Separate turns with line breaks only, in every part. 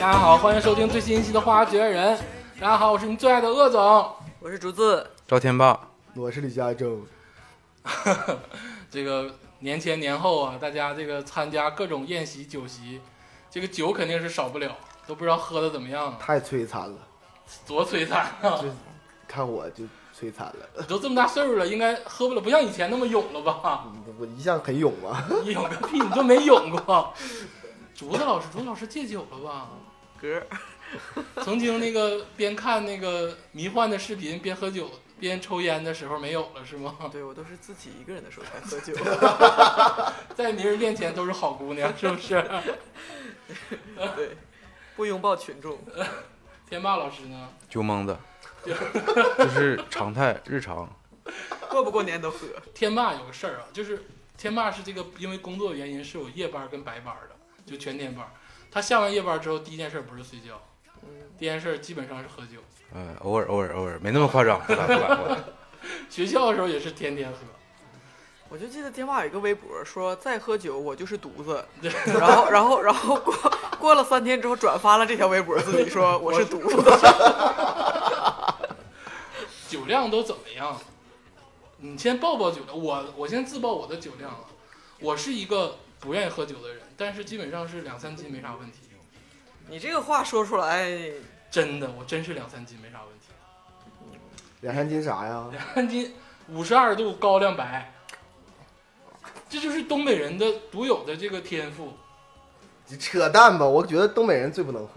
好，欢迎收听最新一期的《花花绝缘人》。大家好，我是你们最爱的鄂总。
我是竹子，
赵天霸，
我是李佳正，
这个年前年后啊，大家这个参加各种宴席酒席，这个酒肯定是少不了，都不知道喝的怎么样啊了，
太摧残了，
多摧残啊！
就看我就摧残了，
都这么大岁数了，应该喝不了，不像以前那么勇了 吧？
嗯我一向很勇嘛，
你勇个屁，你都没勇过。竹子老师，竹子老师戒酒了吧？
哥，
曾经那个边看那个迷幻的视频边喝酒边抽烟的时候没有了是吗？
对我都是自己一个人的时候才喝 酒。
在别人面前都是好姑娘，是不是？
对，不拥抱群众。
天霸老师呢？
酒蒙子，这是常态日常。
过不过年都喝，
天霸有个事儿啊，就是天霸是这个因为工作原因是有夜班跟白班的，就全天班。他下完夜班之后，第一件事不是睡觉，第一件事基本上是喝酒。
嗯，偶尔偶尔偶尔，没那么夸张。不敢不敢不敢
学校的时候也是天天喝，
我就记得电话有一个微博说再喝酒我就是犊子，
对
然后然后然后过过了三天之后转发了这条微博，自己说我是犊子。
酒量都怎么样？你先报报酒量，我我先自报我的酒量啊。我是一个不愿意喝酒的人，但是基本上是两三斤没啥问题。
你这个话说出来，
真的，我真是两三斤没啥问题。
两三斤啥呀？
两三斤，五十二度高粱白，这就是东北人的独有的这个天赋，
你扯淡吧！我觉得东北人最不能喝，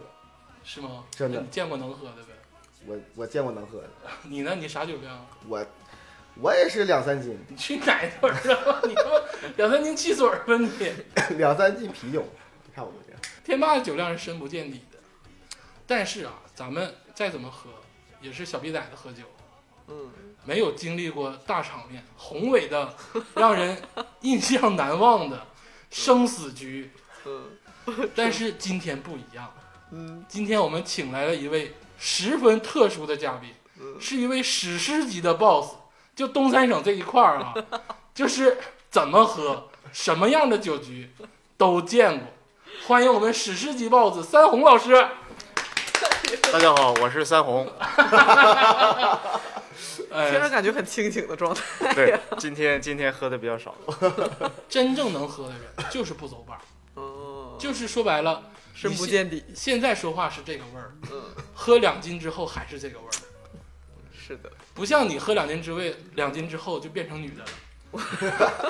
是吗？
真的
你见过能喝的呗？
我我见过能喝的，
你呢？你啥酒量？
我我也是两三斤，
你去哪一屯儿啊？ 你他妈两三斤汽水儿吧你！
两三斤啤酒，你看我这样，
天霸的酒量是深不见底的，但是啊，咱们再怎么喝，也是小逼崽子喝酒，
嗯，
没有经历过大场面、宏伟的、让人印象难忘 的生死局。
嗯
但是今天不一样，
嗯
今天我们请来了一位十分特殊的嘉宾，
嗯
是一位史诗级的 boss，就东三省这一块 儿啊，就是怎么喝、什么样的酒局都见过。欢迎我们史诗级 boss 三红老师。
大家好，我是三红。
哎听着
呃，
感觉很清醒的状态。
对，今天今天喝的比较少，
真正能喝的人就是不走吧，
嗯，
就是说白了，
深不见底。
现在说话是这个味儿，
嗯，
喝两斤之后还是这个味儿，
是的，
不像你喝两斤之味，两斤之后就变成女的了。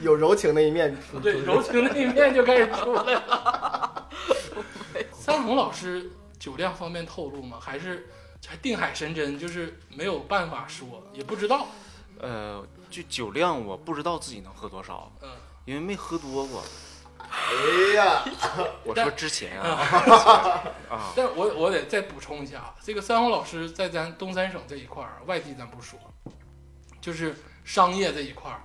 有柔情的一面，
嗯
对，柔情那一面就开始出来了。 三红老师酒量方面透露吗？还是还定海神针，就是没有办法说，也不知道。
呃，就酒量我不知道自己能喝多少，
嗯，
因为没喝多过。
哎呀，
我
但
说之前啊，啊，
但我我得再补充一下，啊这个三红老师在咱东三省这一块儿，外地咱不说，就是商业这一块儿，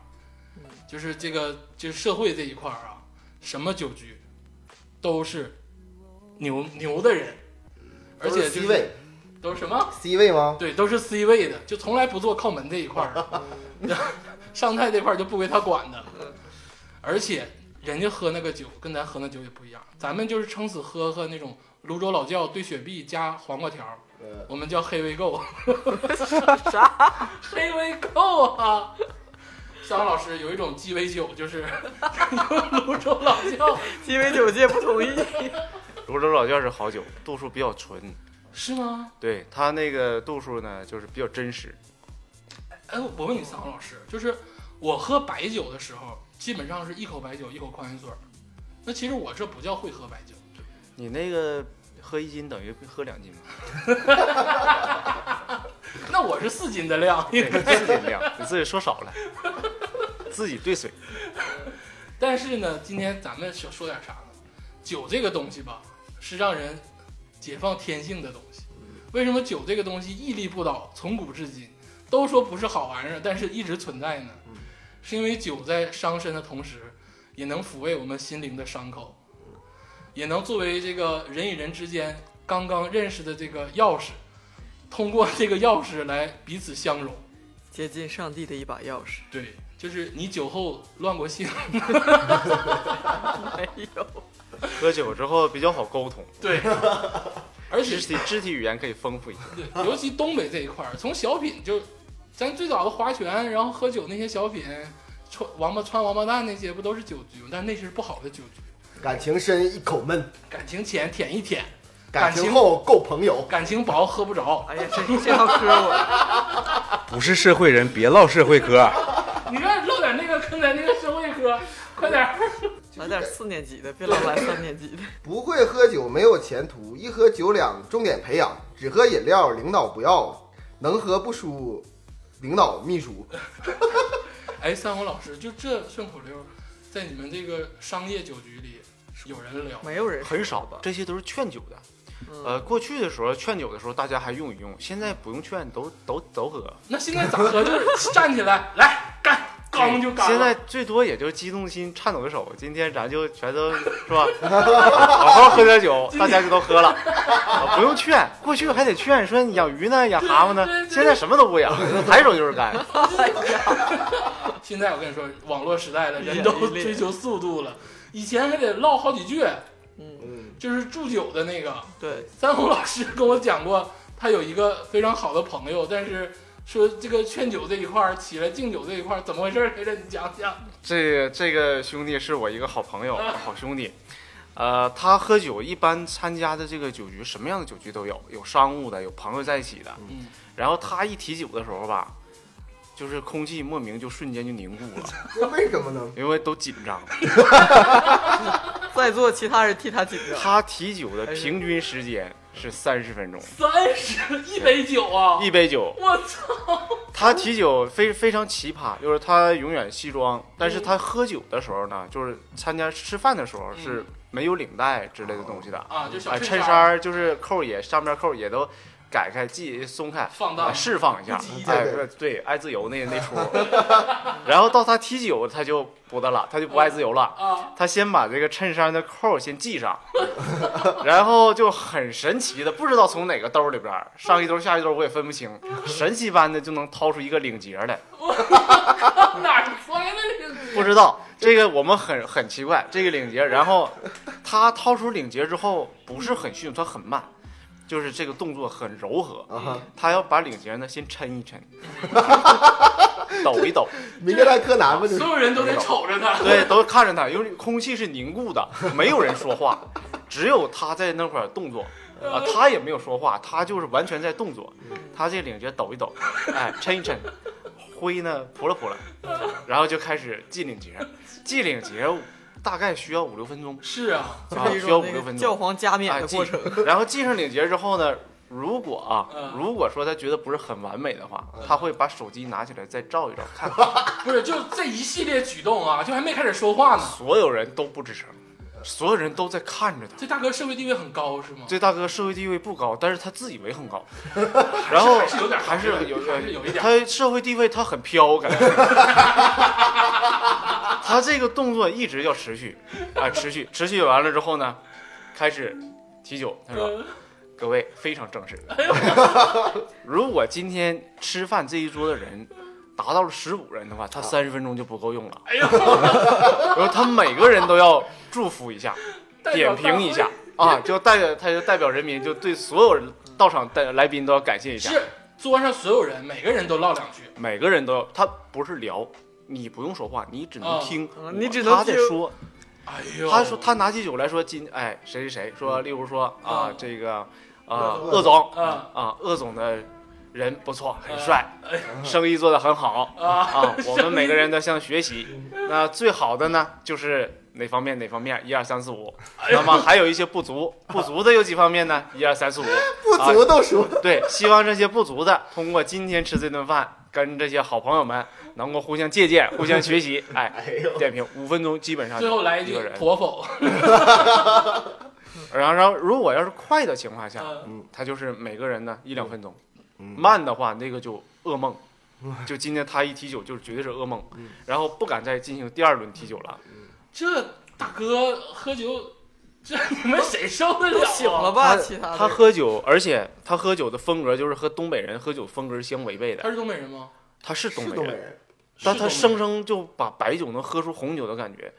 就是这个就是社会这一块儿啊，什么酒局都是牛牛的人，而且就
C
是
位
都是什么？
，C 位吗？
对，都是 C 位的，就从来不坐靠门这一块儿的， 上菜这块儿就不归他管的。而且人家喝那个酒跟咱喝那酒也不一样，咱们就是撑死喝喝那种泸州老窖兑雪碧加黄瓜条儿，
呃，
我们叫黑微购。啥？黑微购啊！桑老师有一种鸡尾酒，就是 用泸州老窖，
鸡尾酒界不同意。
泸州老窖是好酒，度数比较纯。
是吗？
对它那个度数呢，就是比较真实。
哎，我问你，桑老师，就是我喝白酒的时候，基本上是一口白酒，一口矿泉水儿。那其实我这不叫会喝白酒，
你那个喝一斤等于喝两斤吗？
那我是四斤的量。
对，四斤量，你自己说少了，自己兑水。
但是呢，今天咱们说说点啥呢？酒这个东西吧，是让人解放天性的东西。为什么酒这个东西屹立不倒，从古至今？都说不是好玩意儿，但是一直存在呢？是因为酒在伤身的同时，也能抚慰我们心灵的伤口，也能作为这个人与人之间刚刚认识的这个钥匙，通过这个钥匙来彼此相融。
接近上帝的一把钥匙。
对，就是你酒后乱过性，
哎没有，
喝酒之后比较好沟通，
对， 而且
肢体肢体语言可以丰富一些。
对，尤其东北这一块儿，从小品就，咱最早的划拳，然后喝酒那些小品，穿王八穿王八蛋那些，不都是酒局吗？但那是不好的酒局，
感情深一口闷，
感情浅舔一舔，
感
情
情厚够朋友。
感情薄喝不着。
哎呀，这这套嗑我
不是社会人，别唠社会嗑。
你看唠点那个跟咱那个社会哥，快点儿。
来点四年级的，别老来三年级的。
不会喝酒没有前途，一喝九两重点培养，只喝饮料领导不要，能喝不输领导秘书。
哎，三虎老师，就这顺口溜儿，在你们这个商业酒局里有人聊吗，
没有人
很少吧，这些都是劝酒的。
嗯
呃，过去的时候劝酒的时候大家还用一用，现在不用劝，都都都喝。
那现在咋喝？就是站起来来干，刚就干了。
现在最多也就激动心颤抖的手，今天咱就 全都是吧，好好喝点酒，大家就都喝了，啊不用劝。过去还得劝，说你养鱼呢，养蛤蟆呢
对对，对
现在什么都不养，抬手就是干。
现在我跟你说，网络时代了，人
一
都
眼一列
追求速度了。以前还得唠好几句，
嗯，
嗯，
就是祝酒的那个
对，
三红老师跟我讲过，他有一个非常好的朋友，但是说这个劝酒这一块儿，起来敬酒这一块儿怎么回事儿？来着，你讲讲。
这个这个兄弟是我一个好朋友，好兄弟。呃，他喝酒一般参加的这个酒局，什么样的酒局都有，有商务的，有朋友在一起的。
嗯，
然后他一提酒的时候吧，就是空气莫名就瞬间就凝固 了，
那为什么呢？
因为都紧张。
在座其他人替他紧张。
他提酒的平均时间是三十分钟，
三十一杯酒啊！
一杯酒。
我操！
他提酒非非常奇葩，就是他永远西装，但是他喝酒的时候呢，就是参加吃饭的时候
嗯
是没有领带之类的东西的。
啊，就小
啊，衬衫
衫
儿就是扣儿也上边扣儿也都改开，系松开，
放荡
啊释放一下
不羁，
哎，
对
对，爱自由那那出儿。 然后到他提酒，他就不得了，他就不爱自由了。
啊，
他先把这个衬衫的扣儿先系上，然后就很神奇的，不知道从哪个兜里边儿，上一兜下一兜我也分不清，神奇般的就能掏出一个领结来。
哪儿揣的这个？
不知道这个我们很很奇怪这个领结，然后他掏出领结之后不是很迅速，他很慢，就是这个动作很柔和，
啊哈，
他要把领结呢先抻一抻，抖一抖，
名侦探柯南不就是
所？有人都得瞅着他。
对，都看着他，因为空气是凝固的，没有人说话，只有他在那块儿动作。啊，他也没有说话，他就是完全在动作，他这领结抖一抖，哎，抻一抻，灰呢扑了扑了，然后就开始系领结，系领结大概需要五六分钟，
是啊，
就
啊
是一
需要
种
五
那
六
个
分
教
钟，
皇加冕
哎，
的
系
过程，，
然后系上领结之后呢，如果啊
嗯，
如果说他觉得不是很完美的话，
嗯
他会把手机拿起来再照一照，看
不是就这一系列举动啊，就还没开始说话呢。
所有人都不吱声，所有人都在看着他。
这大哥社会地位很高是吗？
这大哥社会地位不高，但是他自以为很高，然后
还是有点
还是
还是
有
还是有一点
他社会地位他很飘，感觉。他这个动作一直要持续，啊、持续，持续完了之后呢，开始提酒，他说：“
嗯哎
各位非常正式。 如果今天吃饭这一桌的人达到了十五人的话，他三十分钟就不够用了。
哎呦，
然后他每个人都要祝福一下，
代表
点
大
评一
会
下啊，就代表他就代表人民，就对所有人到场的来宾都要感谢一下。
是桌上所有人每个人都唠两句，
每个人都要，他不是聊，你不用说话，你只
啊
能听
嗯
我，
你只能
他在
听
说。
哎呦，
他说他拿起酒来说今哎谁谁谁说，例如说啊
嗯
这个啊
嗯
鄂
啊
总
哎
啊鄂总的人不错，很帅， 生意做得很好
啊，
啊，我们每个人都向学习。那最好的呢就是。哪方面哪方面，一二三四五，
哎
那么还有一些不足，不足的有几方面呢？一二三四五，
不足都说，
对，希望这些不足的，通过今天吃这顿饭，跟这些好朋友们能够互相借鉴、互相学习。哎，
哎呦，
点评五分钟基本上
啊 最后来一句
个人。
妥否，
然后，然后如果要是快的情况下，
嗯
他就是每个人呢一两分钟；
嗯
慢的话，那个就噩梦。就今天他一提酒，就是绝对是噩梦，然后不敢再进行第二轮提酒了。
这大哥喝酒， 这你们谁受 得了？啊
醒了？吧？其
他
的
喝酒，而且他喝酒的风格就是和东北人喝酒风格是相违背的。
他是东北人吗？
他是
是
东北
东
人
北，人，
但他
是东
生生就把白酒能喝出红酒的感觉，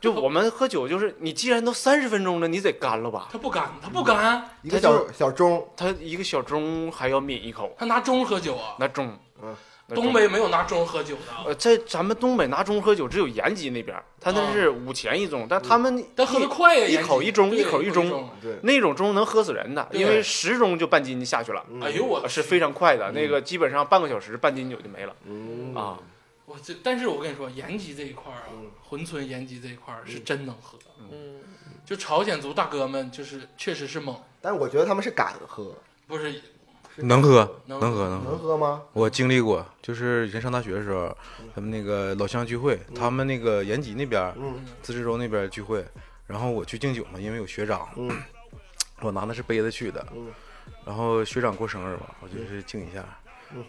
就我们喝酒，就是你既然都三十分钟了，你得干了吧？
他不干，他不干，
一个
他就
小小盅，
他一个小盅还要抿一口，
他拿盅喝酒啊。
那盅，
嗯
那盅
东北没有拿盅喝酒的，啊
呃，在咱们东北拿盅喝酒只有延吉那边儿，他那是五钱一盅，但他们
但喝的快呀，
一
延吉
口一盅
对
一
一
口一盅
盅。
对，
那种盅能喝死人的，
对
因为十盅就半斤就下去了，
嗯
哎呦，我
呃是非常快的，那个基本上半个小时半斤酒就没了
嗯
啊。
我这，但是我跟你说，延吉这一块儿啊
嗯，
珲春延吉这一块儿是真能喝，
嗯，
就朝鲜族大哥们就是确实是猛，
但是我觉得他们是敢喝，
不是
能喝，
能
能喝，能喝
能。喝吗？
我经历过，就是以前上大学的时候，咱们那个老乡聚会，他们那个延吉那边儿，
嗯
自治州那边儿聚会，然后我去敬酒嘛，因为有学长，
嗯
我拿的是杯子去的，
嗯
然后学长过生日嘛，我就是敬一下。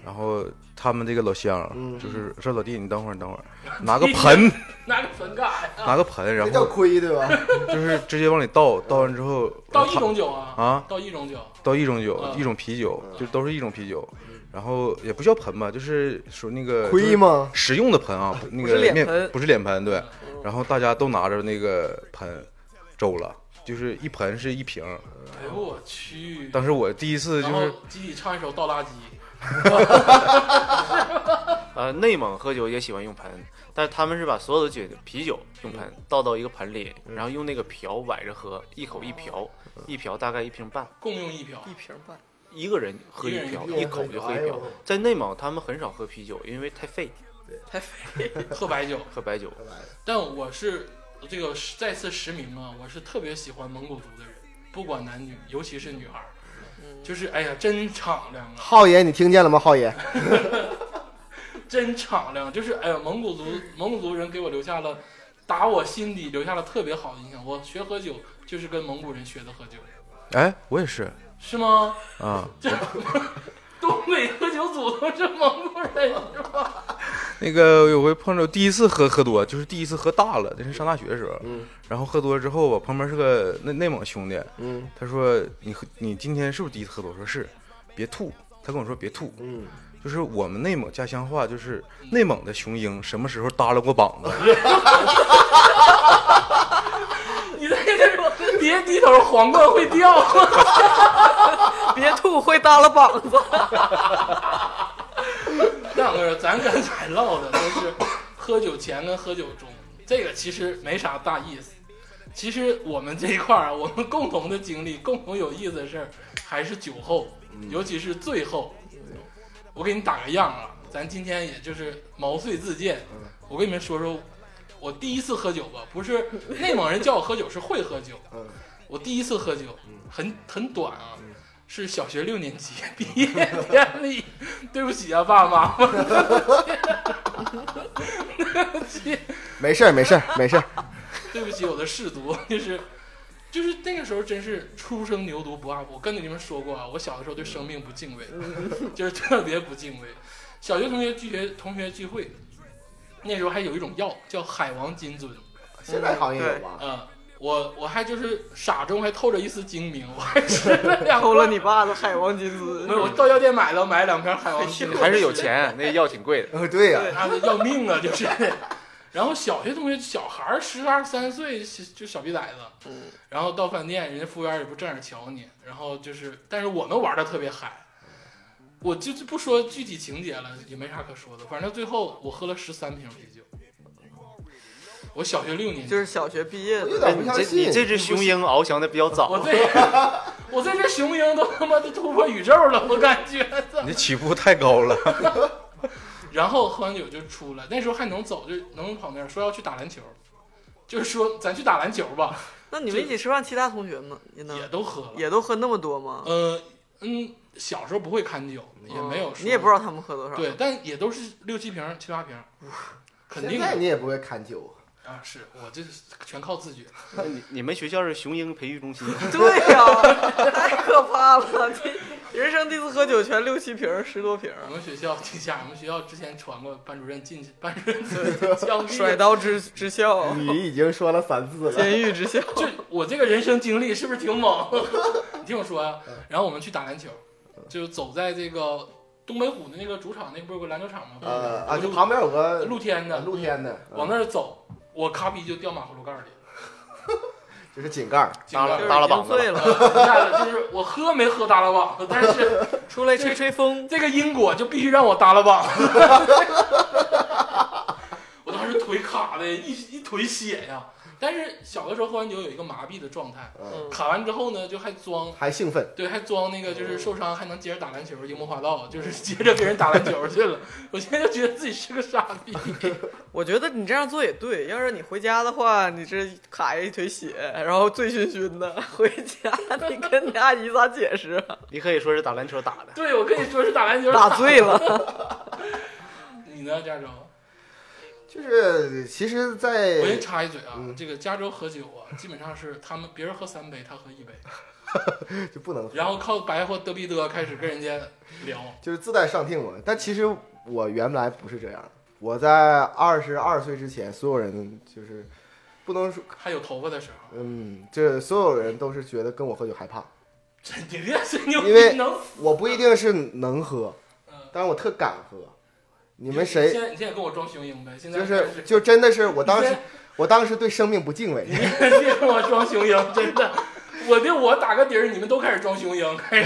然后他们这个老乡
嗯
就是说老弟，你等会儿，你等 会儿，拿个盆，
拿个盆干啥呀？
拿个盆，
这
然
叫
后
亏对吧？
就是直接往里倒，倒完之 后，
倒一种酒啊，
啊，
倒一种酒，
倒一种酒，
嗯
一种啤酒，
嗯
就都是一种啤酒，然后也不叫盆吧，就是说那个
亏？吗？
实用的盆啊，不那
不
个
是脸
面
盆
不是脸盆，对。然后大家都拿着那个盆周了，就是一盆是一瓶儿。
哎呦我去！
当时我第一次就
然
是
后集体唱一首《倒垃圾》，
呃，内蒙喝酒也喜欢用盆，但是他们是把所有的酒啤酒用盆倒到一个盆里，然后用那个瓢崴着喝，一口一瓢，一瓢大概一瓶半，
共用一瓢，
一瓶半，
一个人喝
一
一
人一
瓢，
瓶
一口就喝一
哎
瓢
呦。
在内蒙他们很少喝啤酒，因为太费，
太费
喝白酒。
喝白酒。
但我是这个实再次实名啊，我是特别喜欢蒙古族的人，不管男女，尤其是女孩儿，就是哎呀，真敞亮啊，
浩爷，你听见了吗？浩爷，
真敞亮，就是哎呀，蒙古族蒙古族人给我留下了。打我心底留下了特别好的印象。我学喝酒就是跟蒙古人学的喝酒，
哎，我也是
是吗？
啊，
东北喝酒祖宗是蒙古人是吧？
那个有回碰着第一次喝喝多，就是第一次喝大了，那是上大学的时候。
嗯
然后喝多了之后吧，旁边是个内内蒙兄弟，
嗯
他说你喝你今天是不是第一次喝多？我说是，别吐。他跟我说别吐，
嗯，
就是我们内蒙家乡话，就是内蒙的雄鹰什么时候耷拉过膀子？
你在这说别低头，皇冠会掉。
别吐会耷拉膀子。
两个人，咱刚才唠的都是喝酒前跟喝酒中，这个其实没啥大意思。其实我们这一块儿啊，我们共同的经历、共同有意思的事儿，还是酒后，尤其是醉后。我给你打个样啊，咱今天也就是毛遂自荐。我跟你们说说，我第一次喝酒吧，不是内蒙人叫我喝酒，是会喝酒。
嗯
我第一次喝酒很很短啊，是小学六年级 毕业典礼。对不起啊，爸妈，
没事儿，没事儿，没事儿。
对不起我的舐犊， 就是就是那个时候真是初生牛犊不怕虎。我跟你们说过啊，我小的时候对生命不敬畏，
嗯
就是特别不敬畏。小学同学聚学同学聚会，那时候还有一种药叫海王金樽
现在行业有吧？
啊、我我还就是傻中还透着一丝精明，我还吃了 两
偷了
你，
你爸的海王金丝，
没有，我到药店买了买了两瓶海王金
你
樽，
还是有钱，那药挺贵的。
呃，对呀，
啊，要命啊，就是。然后小学同学，小孩儿十二三岁，小就小逼崽子。
嗯
然后到饭店，人家服务员也不正眼瞧你。然后就是，但是我们玩的特别嗨。我就就不说具体情节了，也没啥可说的。反正最后我喝了十三瓶啤酒。我小学六年级，
就是小学毕业
我有
的，
哎
点不
你
相
这
信
你。这只雄鹰翱翔的比较
我
早，
这我这只雄鹰都他妈的突破宇宙了，我感觉。
你这起步太高了。
然后喝完酒就出来，那时候还能走，就能跑那儿说要去打篮球，就是说咱去打篮球吧，
那你们一起吃饭，其他同学们也
也
呢？
都喝了。
也都喝那么多吗？
呃，嗯，小时候不会看酒，也没有
哦
说，
你也不知道他们喝多少。
对，，但也都是六七瓶儿、七八瓶儿，肯定
现在
的
你也不会看酒，
啊！是我这是全靠自觉。
你你们学校是雄鹰培育中心，
对呀、太可怕了！你人生第一次喝酒全六七瓶儿，十多瓶儿，
我们学校地下，我们学校之前传过班主任进去，班主任进 枪毙
甩刀之之效，
嗯
你已经说了三 次了。
监狱之效。
就我这个人生经历是不是挺猛？ 你听我说呀、
嗯
然后我们去打篮球，就走在这个东北虎的那个主场，那不是有个篮球场吗？
呃啊，
我
就旁边有个
露天的，
露天的，
往那儿走，我咔逼就掉马葫芦盖儿里了，
嗯就是井盖儿，
井
耷
盖
拉
儿
耷拉
就是
膀子
已经
了，
醉了，
呃就是我喝没喝耷拉膀子，但是
出来吹吹风，
这个因果就必须让我耷拉膀子。 我当时腿卡的一一腿血呀，但是小的时候喝完酒有一个麻痹的状态，
嗯，
卡完之后呢就还装，
还兴奋，
对，还装那个就是受伤还能接着打篮球，樱木花道就是接着给人打篮球去了。 我现在就觉得自己是个傻逼，
我觉得你这样做也对。要是你回家的话，你这卡一腿血，然后醉醺醺的 回家，你跟你阿姨咋解释？
你可以说是打篮球打的。
对我跟你说是打篮球
打醉了，
你呢，加州？
就是其实，
我先
在
插一嘴啊，
嗯
这个加州喝酒啊，基本上是他们别人喝三杯，他喝一杯，
就不能，
然后靠白话嘚逼嘚开始跟人家聊。
就是自带上听我，但其实我原来不是这样，我在二十二岁之前，所有人就是不能说，
还有头发的时候，
嗯，这所有人都是觉得跟我喝酒害怕，
这你别吹牛
因为
逼，能死。
我不一定是能喝，
嗯
但是我特敢喝，你
你
们谁
现在你现在跟我装雄鹰呗？现在
就
开
是
始
就真的是我
我
当时我当时对生命不敬畏
你，别别跟我装雄鹰，真的，我对我打个底儿，你们都开始装雄鹰，开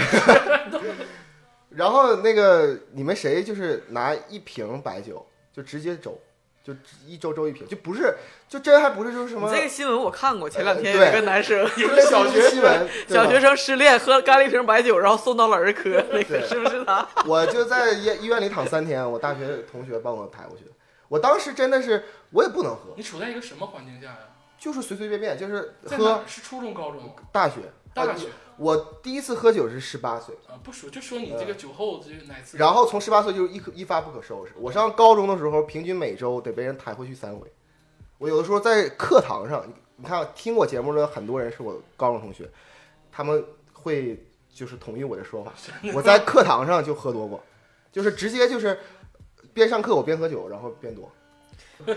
始
然后那个你们谁就是拿一瓶白酒就直接周，就一周周一瓶，就不是就真还不是说什
你
么
这个新闻我看过，前两天有
对
一个男生，
有个小学
新闻，对吧
小学生失恋喝干了一瓶白酒，然后送到了儿科，那
对
个是不是他？
我就在医医院里躺三天，我大学同学帮我抬过去的。我当时真的是我也不能喝，
你处在一个什么环境下呀？
就是随随便便，就是
在
喝
哪。是初中、高中、
大学，
大
啊
学
我第一次喝酒是十八岁，
啊？不说，就说你这个酒后这个哪次？
然后从十八岁就是一一发不可收拾。我上高中的时候，平均每周得被人抬回去三回。我有的时候在课堂上，你你看听我节目的很多人是我高中同学，他们会就是同意我的说法。我在课堂上就喝多过，就是直接就是边上课我边喝酒，然后边多。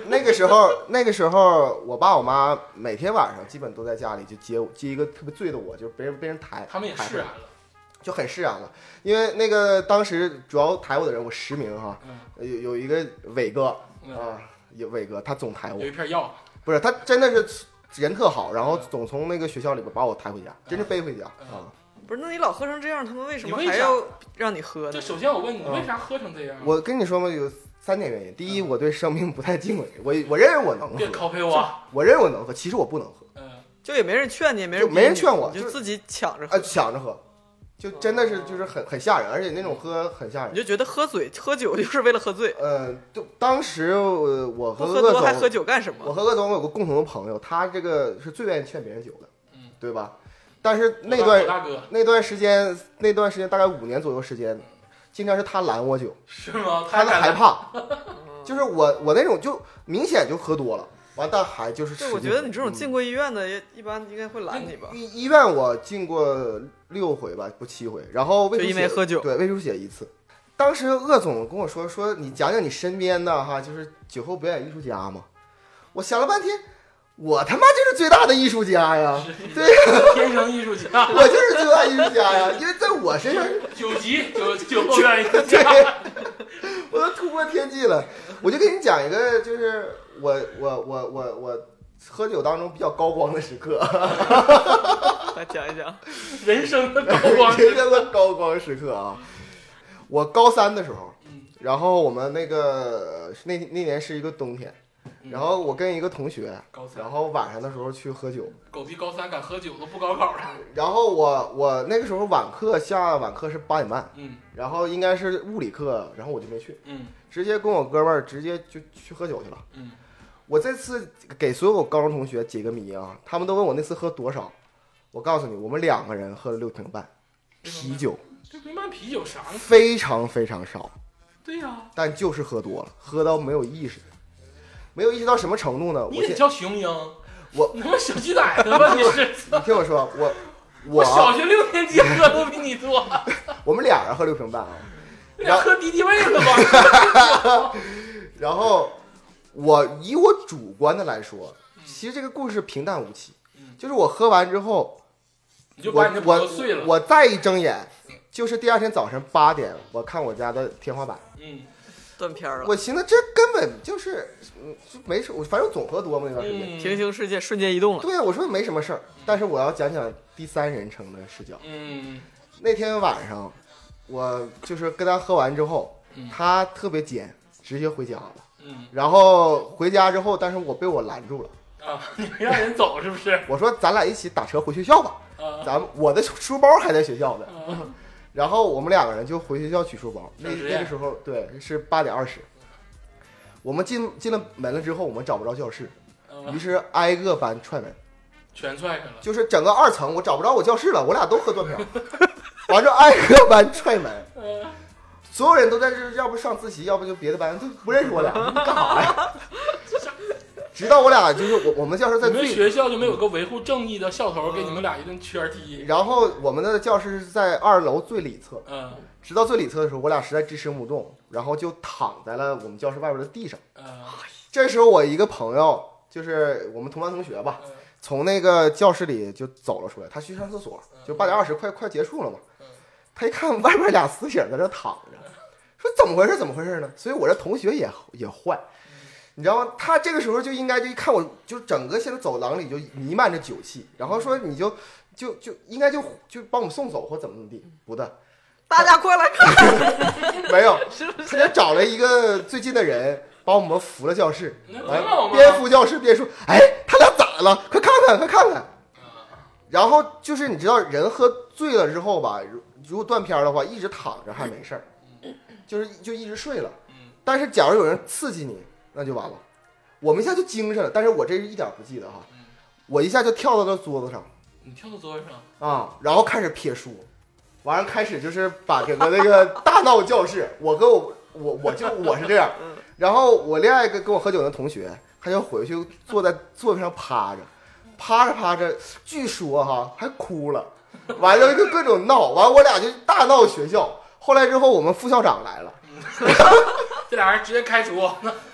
那个时候， 那个时候，我爸我妈每天晚上基本都在家里就接我，接一个特别醉的我，就是别人被人抬，
他们也啊
抬回
释
来
然了，
就很释然了，因为那个当时主要抬我的人，我实名哈，
嗯
有有一个伟哥
嗯，
啊，有伟哥，他总抬我
有，一片药，
不是他真的是人特好，然后总从那个学校里边把我抬回家，真是背回家
嗯
啊。
不是，那你老喝成这样，他们为什么
你为啥
还要让你喝
这
呢？
首先我问你，
嗯
为啥喝成这样？
我跟你说嘛，有三点原因，第一，
嗯
我对生命不太敬畏，我我认为我能
别
喝，
拷贝我，啊
我认为我能喝，其实我不能 喝，
嗯，
就也没人劝你，也没人
就没人
逼你
劝我
你
就
就自己抢着喝
啊，，抢着喝，就真的是就是很很吓人，而且那种喝很吓
你
人。
就觉得喝醉喝酒就是为了喝醉，
呃，就当时呃我和
不喝
鄂
多还
总
喝酒干什
我
么？
和鄂总有个共同的朋友，他这个是最愿意劝别人酒的，
嗯，
对吧？但是那
我
段
大哥
那段时间，那段时间大概五年左右时间，经常是他拦我酒，
是吗？
他
嗯敢
害怕，
嗯
就是我我那种就明显就喝多了，完但还就是使
对，
劲
我觉得你这种进
嗯
过医院的，也一般应该会拦你吧？
医医院我进过六回吧，不七回，然后胃
就
出
因为
血
喝酒
对胃出血一次。当时鄂总跟我说说你讲讲你身边的哈，就是酒后表演艺术家嘛。我想了半天，我他妈就是最大的艺术家呀！
对，天生艺术家，
我就是最大艺术家呀，因为在我身上，
九级九九后院艺术
对
家，，
我都突破天际了。我就给你讲一个，就是我我我我我喝酒当中比较高光的时刻，
来讲一讲，
人生的高 光
这
时
叫
刻。
做高光时刻啊！我高三的时候，
嗯
然后我们那个那那年是一个冬天，然后我跟一个同学，
嗯高三
然后晚上的时候去喝酒，
狗逼高三敢喝酒都不高考了。
然后我我那个时候晚课下晚课是八点半，
嗯
然后应该是物理课，然后我就没去，
嗯
直接跟我哥们儿直接就去喝酒去了。
嗯，
我这次给所有高中同学解个谜啊，他们都问我那次喝多少，我告诉你，我们两个人喝了六瓶半啤酒，
这瓶半啤酒啥呢？
非常非常少，
对呀、
但就是喝多了，喝到没有意识，没有意识到什么程度呢？
你
我
也
先，
叫雄鹰？
我
你他妈小鸡崽子吧你是？
你听我说，我
我
我啊
小学六年级喝都比你多，
我们俩人喝六瓶半啊，
你俩喝敌敌畏了吧？
然后我以我主观的来说，其实这个故事平淡无奇
嗯，
就是我喝完之后，
你就
我
把你这脖
我
子碎了。
我再一睁眼，就是第二天早晨八点，我看我家的天花板，
嗯，
断片儿了。
我寻思这根本就是，嗯，就没事，我反正总和多嘛那段时
嗯
间。
平行世界瞬间移动了，
对啊，我说没什么事儿，但是我要讲讲第三人称的视角。
嗯
那天晚上，我就是跟他喝完之后
嗯，
他特别尖，直接回家了。
嗯
然后回家之后，但是我被我拦住了。
啊，你没让人走是不是？
我说咱俩一起打车回学 校吧，
啊，
咱们我的书包还在学校呢。
啊
然后我们两个人就回学校取书包。那
省时间
那个时候对是八点二十，我们进进了门了之后，我们找不着教室，
啊
于是挨个班踹门，
嗯全踹开了。
就是整个二层我找不着我教室了，我俩都喝断片儿， 完之后挨个班踹门。
嗯
所有人都在这，要不上自习，要不就别的班，都不认识我俩，你干 啥呀？直到我俩就是我我们教室在
你们
最，
学校就没有个维护正义的校头给你们俩一顿圈踢？
然后我们的教室是在二楼最里侧，
嗯
直到最里侧的时候，我俩实在支持不动，然后就躺在了我们教室外边的地上。
嗯
这时候我一个朋友，就是我们同班同学吧，从那个教室里就走了出来，他去上厕所，就八点二十快快结束了嘛
嗯。
他一看外边俩死警在这躺着，说怎么回事？怎么回事呢？所以我这同学也也坏，你知道吗？他这个时候就应该就一看我，就整个现在走廊里就弥漫着酒气，然后说你就就就应该就就把我们送走或怎么怎么地，不的，
大家快来看，
没有，他就找了一个最近的人把我们扶了教室，
那
完
挺好嘛
边扶教室边说：“哎，他俩咋了？快看看，快看看。”
嗯
然后就是你知道，人喝醉了之后吧，如如果断片儿的话，一直躺着还没事儿，
嗯
就是就一直睡了。但是假如有人刺激你，那就完了。我们一下就精神了，但是我这是一点儿不记得哈，
嗯
我一下就跳到了桌子上
你跳到桌子上，
啊，然后开始撇书，完了开始就是把整个那个大闹教室。 我跟我我我就我是这样，然后我另外一个跟我喝酒的同学，他就回去坐在座位上趴着，趴着趴着，据说哈还哭了，完了就各种闹，完了我俩就大闹学校。后来之后，我们副校长来了，
这俩人直接开除。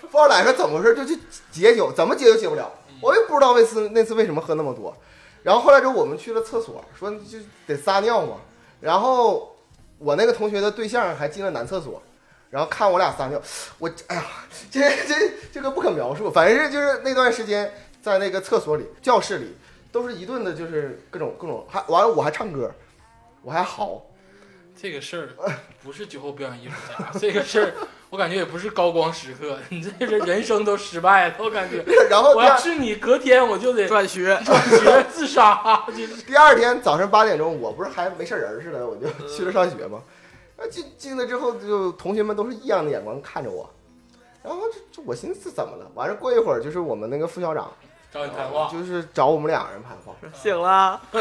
副校长说怎么回事，就去解酒，怎么解都解不了。
嗯
我也不知道那次那次为什么喝那么多。然后后来之后，我们去了厕所，说就得撒尿嘛。然后我那个同学的对象还进了男厕所，然后看我俩撒尿，我哎呀，这这这个不可描述。反正是就是那段时间在那个厕所里、教室里，都是一顿的，就是各种各种，还完了我还唱歌，我还嚎。
这个事儿不是酒后表演艺术家，这个事儿我感觉也不是高光时刻，你这是人生都失败了，我感觉。
然后
我
第
要
二
是你，隔天我就得
转学，
转学自杀，就是
第二天早上八点钟，我不是还没事人似的，我就去了上学嘛。那进进来之后，就同学们都是异样的眼光看着我，然后这这我寻思这怎么了？完了过一会儿就是我们那个副校长
找你谈话。
就是找我们俩人谈话。
醒了，
那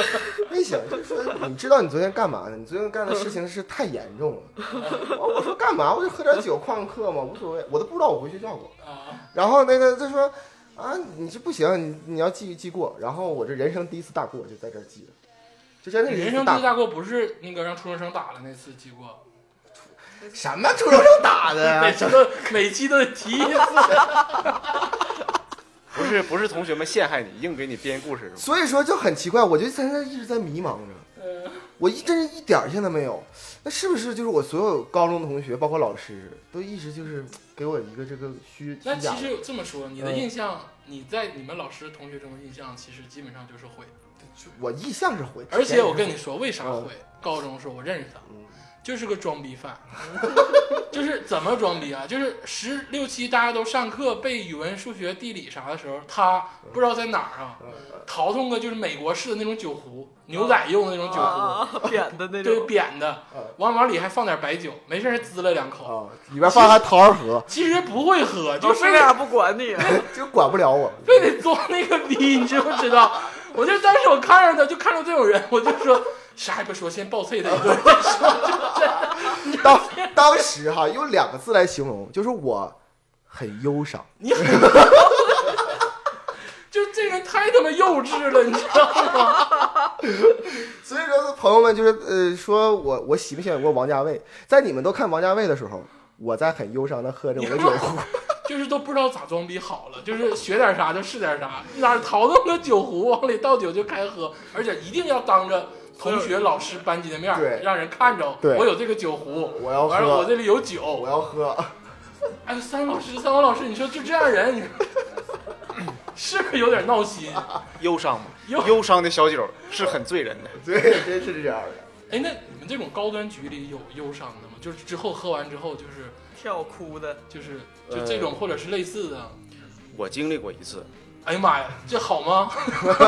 哎行，就说你知道你昨天干嘛呢？你昨天干的事情是太严重了。完我说干嘛？我就喝点酒旷课嘛，无所谓。我都不知道我回学校过。
啊，
然后那个他说啊，你这不行，你你要记记过。然后我这人生第一次大过就在这儿记了，就真的是
人
一次
生
大
最
过。
大过不是那个让初中生打了那次记过，
什么初中生打的
每
呀？
次都每期都得提一次。
不是不是同学们陷害你，硬给你编故事是吗？
所以说就很奇怪，我就现在一直在迷茫着，
嗯
我一真是一点儿现在没有。那是不是就是我所有高中同学，包括老师，都一直就是给我一个这个虚
那
虚
其
假？
实这么说，你的印象，你在你们老师同学中的印象，其实基本上就是会。
我意向是回，
而且我跟
你
你说，为啥会？高中时候我认识他
嗯，
就是个装逼犯， 就是怎么装逼啊？就是十六七大家都上课背语文、数学、地理啥的时候，他不知道在哪儿啊，淘通个就是美国式的那种酒壶，牛仔用的那种酒壶，
啊，扁的
对，
那种，
扁的
嗯，
往往里还放点白酒，没事儿还滋了两口。
啊，里边放还桃儿核，
其实不会喝，就
老
非
师
得
俩不管你，
就管不了 我。
非得装那个逼，你知不知道？我就当时我看着他，就看着这种人，我就说啥也不说，先暴啐他一顿。
当当时哈，用两个字来形容，就是我很忧伤。
你很， 就这人太他妈幼稚了，你知道吗？
所以说，朋友们就是呃，说我我喜不喜欢过王家卫？在你们都看王家卫的时候，我在很忧伤的喝着我的酒 壶。
就是都不知道咋装逼好了，就是学点啥就是点啥，哪儿淘到个酒壶往里倒酒就开喝，而且一定要当着同学、老师、班级的面儿
对
让人看着
对
我有这个酒壶，
我要喝
完了我这里有酒，
我要喝，
哎呦，三老师，三王老师，你说就这样人，你说是不是有点闹心？啊
忧伤嘛，
忧
忧伤的小酒是很醉人的。
对，真是这样的。
哎，那你们这种高端局里有忧伤的吗？就是之后喝完之后，就是
跳哭的，
就是就这种，
呃
或者是类似的。
我经历过一次，
哎呀妈呀，这好吗？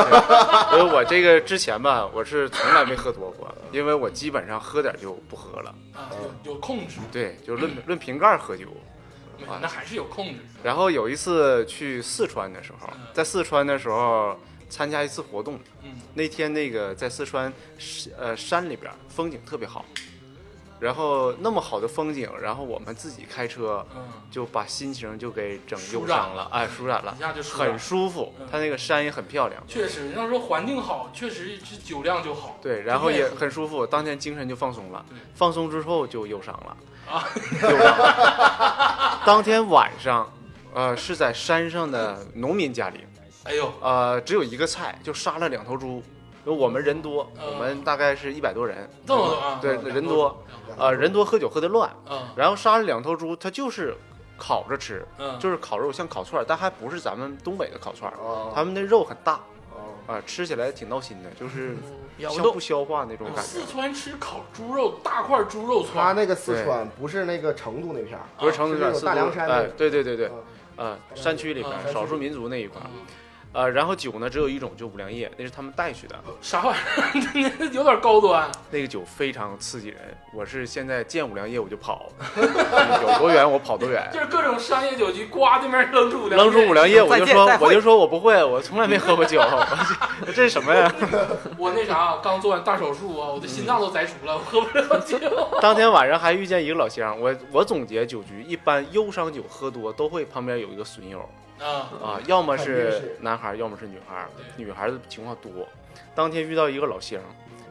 因为我这个之前吧，我是从来没喝多过，因为我基本上喝点就不喝了。
啊，有有控制，
对，就论
嗯
论瓶盖喝酒。
没有那还是有控制。
然后有一次去四川的时候，在四川的时候参加一次活动，
嗯，
那天那个在四川是呃山里边儿风景特别好，然后那么好的风景，然后我们自己开车
嗯，
就把心情就给整
舒
忧
展
伤了，哎，舒展了
一，下就输了
很舒服
嗯。
它那个山也很漂亮，
确实，要说环境好，确实是酒量就好。
对，然后
就
也
愿意喝
很舒服，当天精神就放松了
对。
放松之后就忧伤了，
啊，
忧伤了。当天晚上，呃，是在山上的农民家里，
哎呦，
呃，只有一个菜，就杀了两头猪。因为我们人多，
嗯
我们大概是一百多人，
这么多啊？
对，
嗯
人多，
嗯
呃，人多喝酒喝的乱，
嗯
然后杀了两头猪，它就是烤着吃，
嗯，
就是烤肉，像烤串儿，但还不是咱们东北的烤串儿，
哦，
他们那肉很大啊、
哦
吃起来挺闹心的，就是
摇
像
动
不消化那种感觉
四。川吃烤猪肉，大块猪肉
他
串，
那个四川不是那个成都那片儿，
不是成都
啊是那
人，
种
四
大凉
川，
山
哎
那种，
对对对对，
嗯
呃，山区里边
嗯
儿
啊山
少
区
数民族那一块儿，
嗯
呃，然后酒呢只有一种，就五粮液，那是他们带去的，
啥玩意儿？ 那有点高端。
那个酒非常刺激人，我是现在见五粮液我就跑，嗯有多远我跑多 远
就。是各种商业酒局，呱对面扔出五粮，
哎扔出五粮液，我就
再见
说
再，会
我就说我不会，我从来没喝过酒， 我这这是什么呀？
我那啥，啊刚做完大手术啊，我的心脏
嗯
都摘除了，我喝不了 酒。
当天晚上还遇见一个老乡，我我总结酒局，一般忧伤酒喝多都会旁边有一个损友
啊，
啊，要么
肯定
是
是
男孩，要么是女孩，
对
女孩的情况多。当天遇到一个老乡，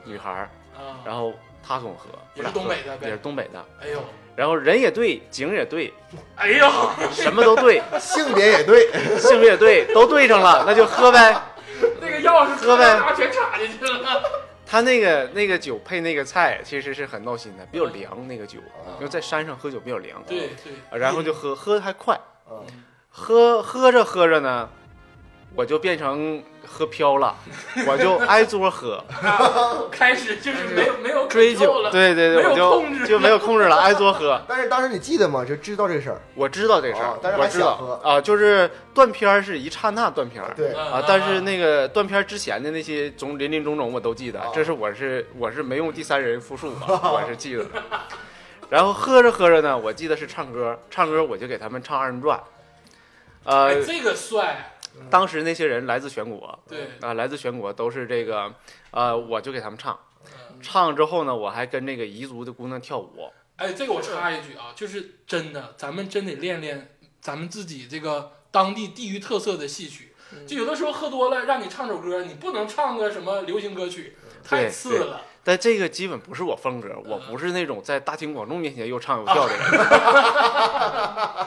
女孩，
啊，
然后她跟我喝，
也是东北的呗
也是东北的，
哎呦，
然后人也对，景也对，
哎呦，
什么都对，
性别也对，
性别也对，都对上了，那就喝呗。
那个钥匙
喝呗
拿全插进去了。
他那个那个酒配那个菜，其实是很闹心的，比较凉那个酒，因为在山上喝酒比较凉。
啊对 对，
然后就喝，喝的还快，
嗯
喝喝着喝着呢，我就变成喝飘了，我就挨桌喝
开始就是没有没有
追
酒
酒，
了，
对对
没
对，
有
我
控制
就就没有控制 了，挨桌喝。
但是当时你记得吗？就知道这事儿，
我知道这事儿
哦但，是
我
还
知
想
道啊，就是断片儿是一刹那断片儿，
对，
嗯
啊，但是那个断片儿之前的那些种林林种种我都记得
啊，
这是我是我是没用第三人复述 啊，我是记得的。然后喝着喝着呢，我记得是唱歌，唱歌我就给他们唱二人转，呃
哎，这个帅，
当时那些人来自全国，啊、
对，
来自全国都是这个，呃，我就给他们唱，
嗯
唱之后呢，我还跟那个彝族的姑娘跳舞，
哎，这个我插一句啊，就是真的，咱们真得练练咱们自己这个当地地域特色的戏曲。
嗯
就有的时候喝多了，让你唱首歌，你不能唱个什么流行歌曲，
嗯
太次了。
但这个基本不是我风格，我不是那种在大庭广众面前又唱又跳的人。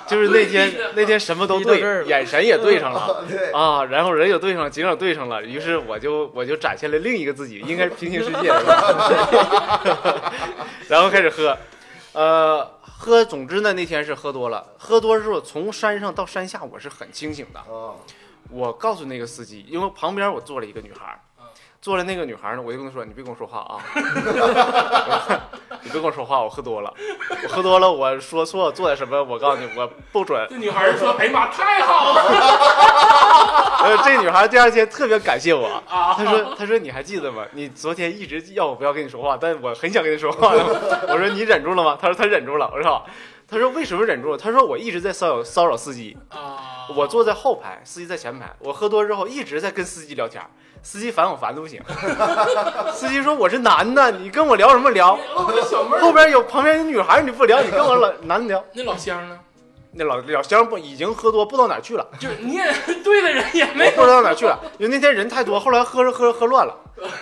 就是那天那天什么都
逼到这
对，
儿了
眼神也对上 了。
对，
啊，然后人也对上了，景也对上了，于是我就我就展现了另一个自己，应该是平行世界的吧， 然后开始喝，呃，喝，总之呢，那天是喝多了，喝多之后从山上到山下我是很清醒的，
哦，
我告诉那个司机，因为旁边我坐了一个女孩儿
嗯，
坐了那个女孩儿呢，我就跟她说：“你别跟我说话啊， 你别跟我说话，我喝多了，我喝多了，我说错做点什么，我告诉你，我不准。
这女孩儿 说：“哎呀妈，太好了！”
呃，这女孩儿第二天特别感谢我，
啊
她说：“她说你还记得吗？你昨天一直要我不要跟你说话，但我很想跟你说话 的。我说你忍住了吗？她说她忍住了。我说好，她说为什么忍住了？她说我一直在骚扰骚扰司机。”
啊！
我坐在后排，司机在前排。我喝多之后一直在跟司机聊天，司机烦我烦的不行。 司机说我是男的，你跟我聊什么聊？
我的哦小妹
后
儿，
边有旁边有女孩，你不聊，你跟我老男的聊。
那老乡呢？
那老老乡不已经喝多，不知道哪儿去了，
就是你也 对的人也
我
没
不知道哪儿去了，因为那天人太多，后来喝着喝着喝乱了。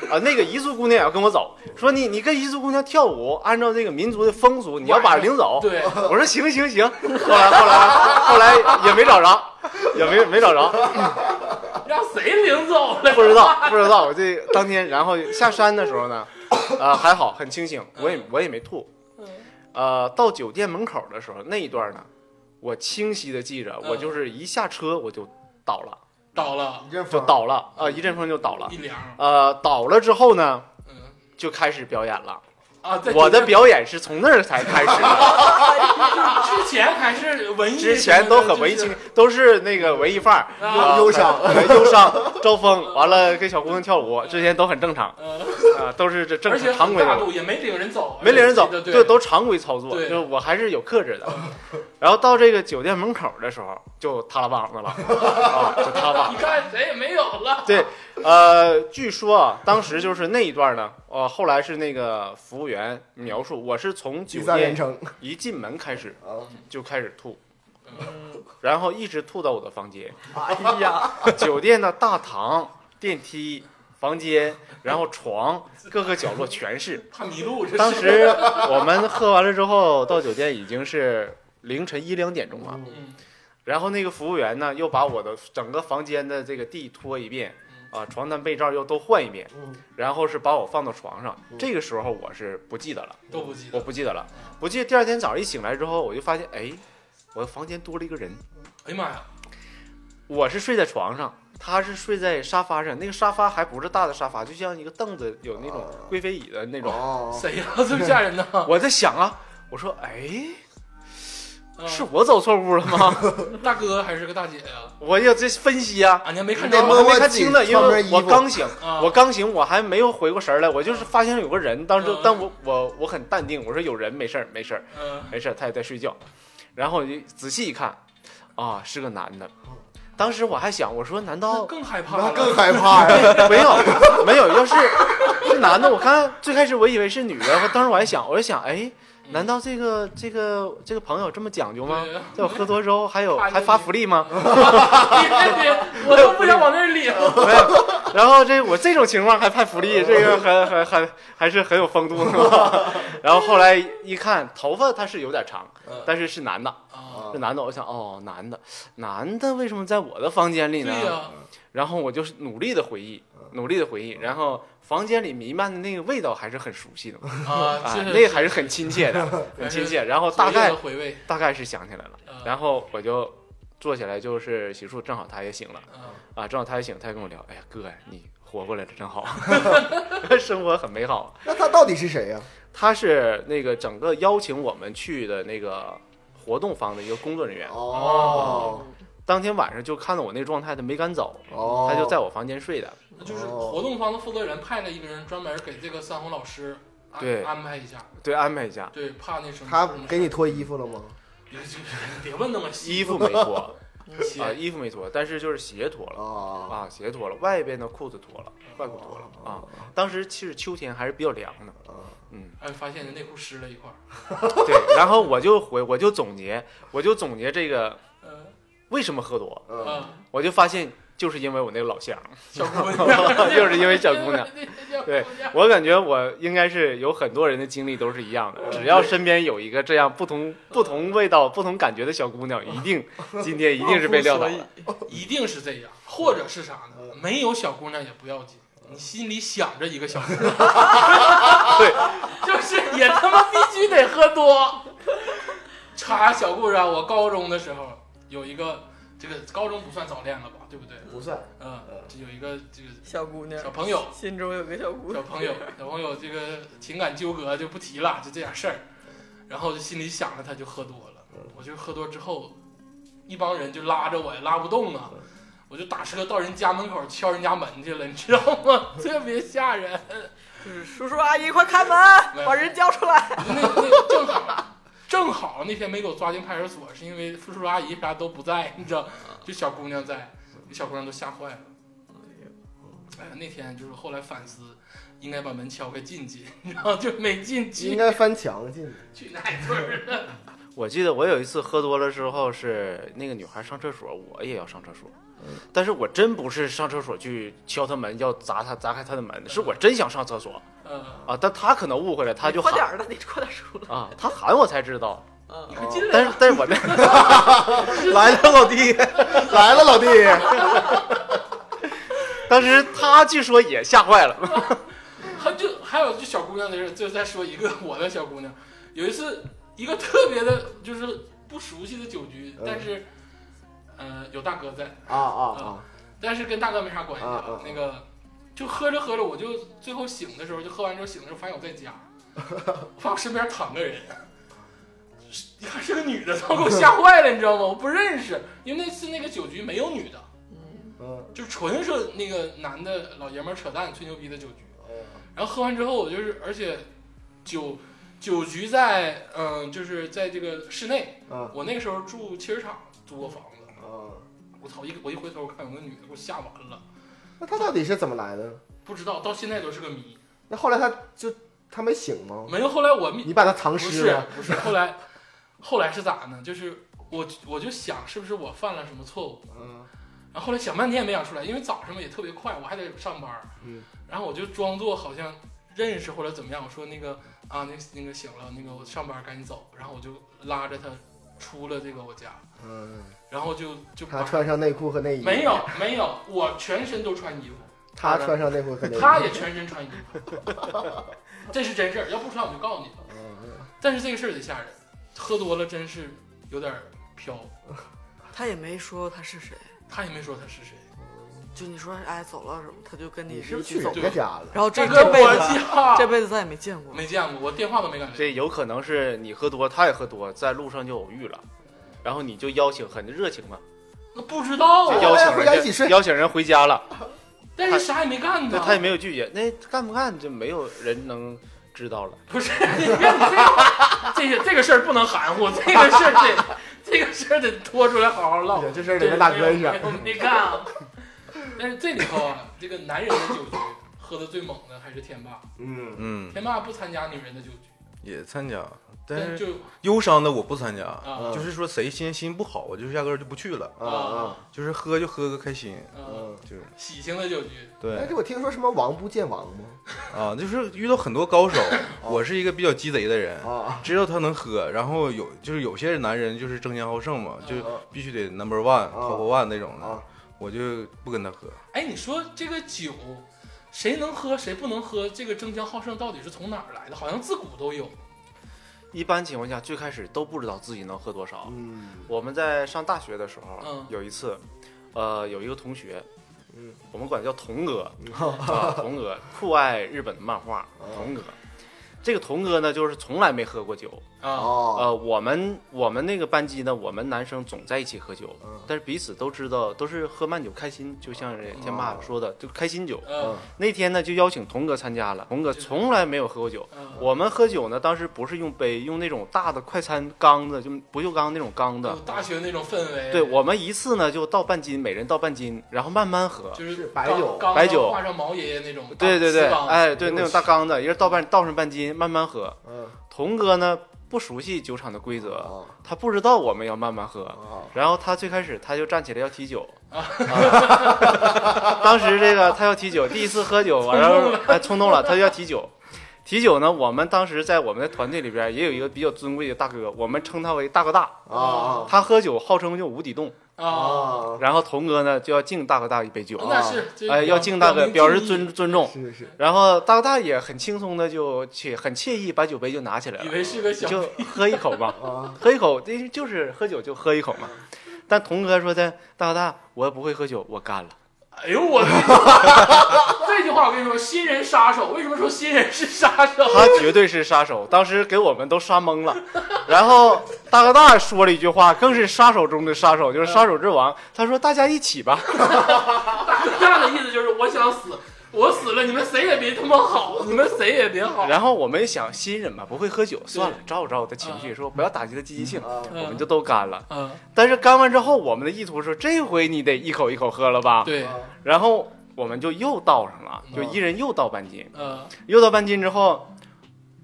啊，那个彝族姑娘也要跟我走，说你你跟彝族姑娘跳舞，按照这个民族的风俗，你要把人领走。
对，
我说行行行，后来后来后来也没找着，也没没找着。
让谁领走了？
不知道，不知道。我这当天，然后下山的时候呢，呃，还好，
嗯
很清醒，我也我也没吐。呃，到酒店门口的时候，那一段呢，我清晰的记着，
嗯
我就是一下车我就倒了，
倒了
一阵
就
风，
倒了，呃，
嗯
一阵风就倒了
一，凉，
呃，倒了之后呢，
嗯
就开始表演了。
啊，在
我的
酒
表演是从那儿才开 始
店
的，
之前还是文艺，
之前都很文艺青，都是那个文艺范 儿，
啊
啊
忧伤，
忧伤、招风，完了跟小姑娘跳舞，之前都很正常
呃，
啊，都是这正
而且
常常
很
规
大
的。
度，也没领人走，
没领人走，
对
就都常规操作，
对
就是我还是有克制的。然后到这个酒店门口的时候，就塌拉膀子了，啊，就塌拉膀
你
子。
看谁也没有了，
对，呃，据说啊，当时就是那一段呢，呃，后来是那个服务员描述，我是从
第
酒
三
店
人称
一进门开始
啊，
就开始吐，然后一直吐到我的房间，
哎呀，
酒店的大堂、电梯、房间，然后床各个角落全是。
怕迷路，这是
当时我们喝完了之后到酒店已经是凌晨一两点钟了，
嗯
然后那个服务员呢又把我的整个房间的这个地拖一遍，啊，床单被罩又都换一遍，
嗯
然后是把我放到床上
嗯。
这个时候我是不记得了，
都不记
我
得，
不记得了，不记得。第二天早上一醒来之后，我就发现，哎，我的房间多了一个人，
哎呀妈呀，
我是睡在床上。他是睡在沙发上，那个沙发还不是大的沙发，就像一个凳子，有那种贵妃椅的那种。
啊哦，
谁呀，这么吓 人呢？
我在想啊，我说，哎，
嗯
是我走错屋了吗？
大哥还是个大姐呀？
我要这分析啊，
俺家没看
你得
着
我
摸
还
啊
没看清呢，因为我刚醒，
啊，
我刚醒，我还没有回过神儿来，我就是发现有个人，当时
嗯，
但我我我很淡定，我说有人，没事儿，没事儿，
嗯
没事儿，他也在睡觉。然后我就仔细一看，啊，是个男的。当时我还想，我说难
那
道
更害怕
那
了，
更害怕呀，
没有没有？要是是男的，我看最开始我以为是女的，当时我还想，我就想，哎，
嗯
难道这个这个这个朋友这么讲究吗
对呀？
在我喝多之后还有
怕这
还发
个
福利吗？
别别别，我都不想往那儿领。
没有，然后这我这种情况还判福利，这个还还还还是很有风度的。 然后后来一看，头发他是有点长
嗯，
但是是男的，
啊，
是男的。我想，哦，男的，男的为什么在我的房间里
对
呢？
呀，嗯
然后我就是努力的回忆，努力的回忆，然后房间里弥漫的那个味道还是很熟悉的，
啊，
啊
这，
那个还是很亲切 的，很亲切。然后大概
回味，
大概是想起来了，
啊
然后我就坐起来，就是洗漱，正好他也醒了。
啊
啊，正好他也醒，他也跟我聊，哎呀哥，你活过来了 真好，生活很美好。
那他到底是谁呀？
他是那个整个邀请我们去的那个活动方的一个工作人员，
哦
当天晚上就看到我那状态，他没敢走，
哦，
他就在我房间睡的。
那就是活动方的负责人派了一个人专门给这个三红老师安
对
安排一下，
对，安排一下，
对，怕那什么
他
什么
给你脱衣服了吗？
别别问那么细，
衣服没脱 啊、
鞋
衣服没脱，但是就是鞋脱了
哦，
啊，鞋脱了，外边的裤子脱了，外裤脱了啊。当时其实秋天还是比较凉的，嗯，
哎，发现你内裤湿了一块儿，
对。然后我就回，我就总结，我就总结这个
嗯
为什么喝多。
嗯，
嗯，
我就发现就是因为我那个老乡，
小姑娘，
就是因为小 姑娘。
小姑
对
娘，
我感觉我应该是有很多人的经历都是一样
嗯
的，只要身边有一个这样不同不同味道、不同感觉的小姑娘，一定今天一定是被撂倒
不
的。
一定是这样，或者是啥呢？没有小姑娘也不要紧。你心里想着一个小姑娘， 就是也他妈必须得喝多。插小故事啊，我高中的时候有一个，这个高中不算早恋了吧，对不对？
不算，
嗯，这有一个这个
小姑娘
小，朋友，
心中有个小姑
小
娘，
朋友，小朋友这个情感纠葛就不提了，就这点事儿。然后就心里想着他就喝多了，我就喝多之后，一帮人就拉着我也拉不动啊，我就打车到人家门口敲人家门去了，你知道吗？ 特别吓人。
就是叔叔阿姨快开门
没，有
把人叫出来。
那那正好正好那天没给我抓进派出所，是因为叔叔阿姨啥都不在，你知道，就小姑娘在，那小姑娘都吓坏了。哎呀，那天就是后来反思，应该把门敲开进去， 你知道就没进去。
应该翻墙进去。
去哪村儿的？
我记得我有一次喝多了之后，是那个女孩上厕所，我也要上厕所，
嗯
但是我真不是上厕所去敲她门，要砸她砸开她的门，是我真想上厕所
呃，
啊，但她可能误会了，她就
嗯你快点
喊
儿的，你快点儿出来。
啊，她喊我才知道，
嗯
你，快进来
但
呀！
是但 是我那
来了，老弟，
来了，老弟，
当时她据说也吓坏了。
还就还有就 小姑娘的事，就再说一个我的小姑娘，有一次一个特别的，就是不熟悉的酒局
嗯，
但是呃有大哥在，
啊啊
但是跟大哥没啥关系
啊啊啊
那个就喝着喝着，我就最后醒的时候，就喝完之后醒的时候，发现我在 家，我发现我身边躺个人， 是一看是个女的，他给我吓坏了，你知道吗？我不认识，因为那次那个酒局没有女的，
啊，嗯，
就纯是那个男的老爷们儿扯淡吹牛逼的酒局。
嗯
然后喝完之后，我就是而且酒酒局在嗯、就是在这个室内，
嗯
我那个时候住汽车厂租过房子，
啊，
我操一我一回头我看有个女的，给我吓完了。
那他到底是怎么来的？
不知道，到现在都是个谜。
那后来他就他没醒吗？
没有，后来我
你把他藏
不
尸
是
了？
不是，后来后来是咋呢？就是我我就想是不是我犯了什么错误，
嗯
然后后来想半天也没想出来，因为早上嘛也特别快，我还得上班儿。
嗯
然后我就装作好像认识或者怎么样，我说那个啊，那那个醒了，那个我上班赶紧走。然后我就拉着他出了这个我家，
嗯，
然后就就
他
把
穿上内裤和内衣
没有没有，我全身都穿 衣服，
他穿上内裤和内衣，
他也全身穿衣服， 这是真事儿，要不穿我就告你了。
嗯
但是这个事儿得吓人，喝多了真是有点儿飘。
他也没说他是谁，
他也没说他是谁，
就你说哎走了什么，他就跟
你
是
是
一
去
起
人
走。
家家了？
然后这
大哥
这辈
我
子
家
这辈子再也没见过。
没见过，我电话都没敢留。
这有可能是你喝多，他也喝多，在路上就偶遇了，然后你就邀请，很热情嘛，
那不知道
就
啊，
邀请
哦回家一
人
起哦
家
睡
邀请人回家了，
但是啥也没干
那
呢。
他也没有拒绝，那干不干就没有人能知道了。
不是，你看你这个，这些这个事儿不能含糊，这个事儿得，这个事儿得拖出来好好唠
不。行这事儿得跟大哥一
对
下
没。有没有你看啊，但是这里头啊，这个男人的酒局喝的最猛的还是天霸，
嗯，
嗯，
天霸不参加女人的酒局，
也参加，但
但
是
就
忧伤的我不参加，
嗯
啊
就是说谁心心不好，我就压根儿就不去了，
啊啊
就是喝就喝个开心，
啊，
嗯。哎
就是
喜庆的酒局，
对
但是我听说什么王不见王吗？
啊，就是遇到很多高手，我是一个比较鸡贼的人。
啊，
知道他能喝，然后有就是有些男人就是争强好胜嘛，呃就
啊
必须得 number one、top one 那种的，
啊
我就不跟他喝。
哎，你说这个酒，谁能喝谁不能喝，这个争强好胜到底是从哪儿来的？好像自古都有。
一般情况下，最开始都不知道自己能喝多少。
嗯
我们在上大学的时候，
嗯
有一次，呃，有一个同学，
嗯
我们管他叫童哥，啊，童哥酷爱日本的漫画，
哦
童哥。这个童哥呢，就是从来没喝过酒。
啊，
哦
呃，我们我们那个班级呢，我们男生总在一起喝酒
嗯，
但是彼此都知道，都是喝慢酒开心，就像人天霸说
哦
的，就开心酒。
嗯
那天呢，就邀请童哥参加了。童哥从来没有喝过酒，
嗯，
我们喝酒呢，当时不是用杯，用那种大的快餐缸子，就不锈钢那种缸子
嗯
有。大学那种氛围，
对，我们一次呢就倒半斤，每人倒半斤，然后慢慢喝。
就是
是白
刚
酒
刚
啊白酒
画上毛爷爷那种，
对对对，
大四缸
哎，对那种大缸子，一人倒半倒上半斤，慢慢喝。
嗯
童哥呢不熟悉酒厂的规则，
啊
他不知道我们要慢慢喝，
啊
然后他最开始他就站起来要提酒，啊、 当时这个他要提酒，第一次喝酒，然后哎冲动了，他就要提酒。提酒呢，我们当时在我们的团队里边也有一个比较尊贵的大哥，我们称他为大哥大。
啊
他喝酒号称就无底洞，
啊，
啊！
然后童哥呢就要敬大哥大一杯酒，
那是这
哎，要敬大哥表示尊，尊重。
是是，
然后大哥大也很轻松的就且很惬意把酒杯就拿起来
表明敬意以
了，
为是个小
就喝一口嘛。
啊
喝一口，这就是喝酒就喝一口嘛。但童哥说的大哥大，我不会喝酒，我干了。
哎呦我， 这句话我跟你说，新人杀手，为什么说新人是杀手？
他绝对是杀手，当时给我们都杀懵了。然后大哥大说了一句话，更是杀手中的杀手，就是杀手之王。他说大家一起吧，
大哥大啊的意思就是我想死，我死了，你们谁也别他妈好，你们谁也别好。
然后我们想新人嘛，不会喝酒，算了，照顾照顾他情绪，说不要打击他积极性，
啊
我们就都干了。
嗯，
但是干完之后，我们的意图是这回你得一口一口喝了吧？
对，
啊
哦
然后我们就又倒上了，就一人又倒半斤。
嗯
又到半斤之后，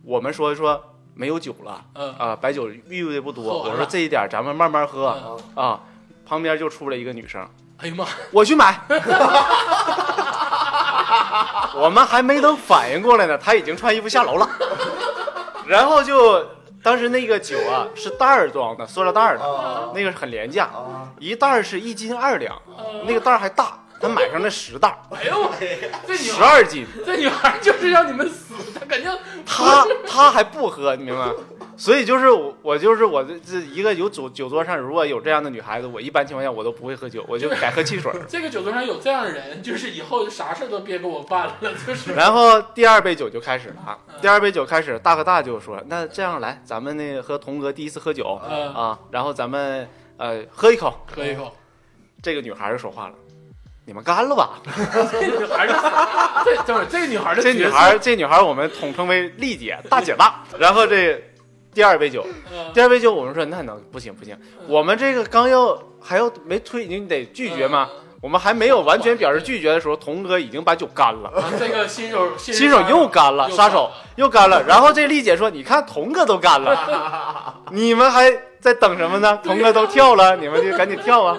我们说说没有酒了
嗯
啊，白酒预备的不多。
喝完了
我说这一点咱们慢慢喝
嗯，
啊。旁边就出来一个女生，
哎呀妈，
我去买。 我们还没等反应过来呢，她已经穿衣服下 楼了。然后就当时那个酒啊是袋儿装的，塑料袋儿的，
啊
那个很廉价，
啊！
哦一袋儿是一斤二两，那个袋儿还大。他买上了十袋儿，
哎呦我天，这女
十
孩
二斤，
这女孩就是让你们死，她肯定
他他还不喝，你明白吗？所以就是我，我就是我这这一个有酒酒桌上如果有这样的女孩子，我一般情况下我都不会喝酒，我就改喝汽水儿。
这个酒桌上有这样的人，就是以后啥事儿都别给我办了， 就是
然后第二杯酒就开始了啊，
嗯
第二杯酒开始，大哥大就说：“那这样来，咱们那和童哥第一次喝酒
嗯
啊，然后咱们呃喝一口。
喝一口，”
这个女孩儿就说话了：“你们干 了吧
这女孩儿的，这等会儿这个女孩儿！”的
这女
角色
孩儿，这女孩儿我们统称为丽姐、大姐 大。然后这第二杯酒，
嗯
第二杯酒我们说那能不行不行，我们这个刚要还要没推，你得拒绝吗？
嗯
我们还没有完全表示拒绝的时候，童哥已经把酒干了。
啊这个新手
新
新
手又干了，
又
杀
干
手
了
又干了。然后这丽姐说：“你看童哥都干了， 你们还在等什么呢？童哥都跳了，你们就赶紧跳啊！”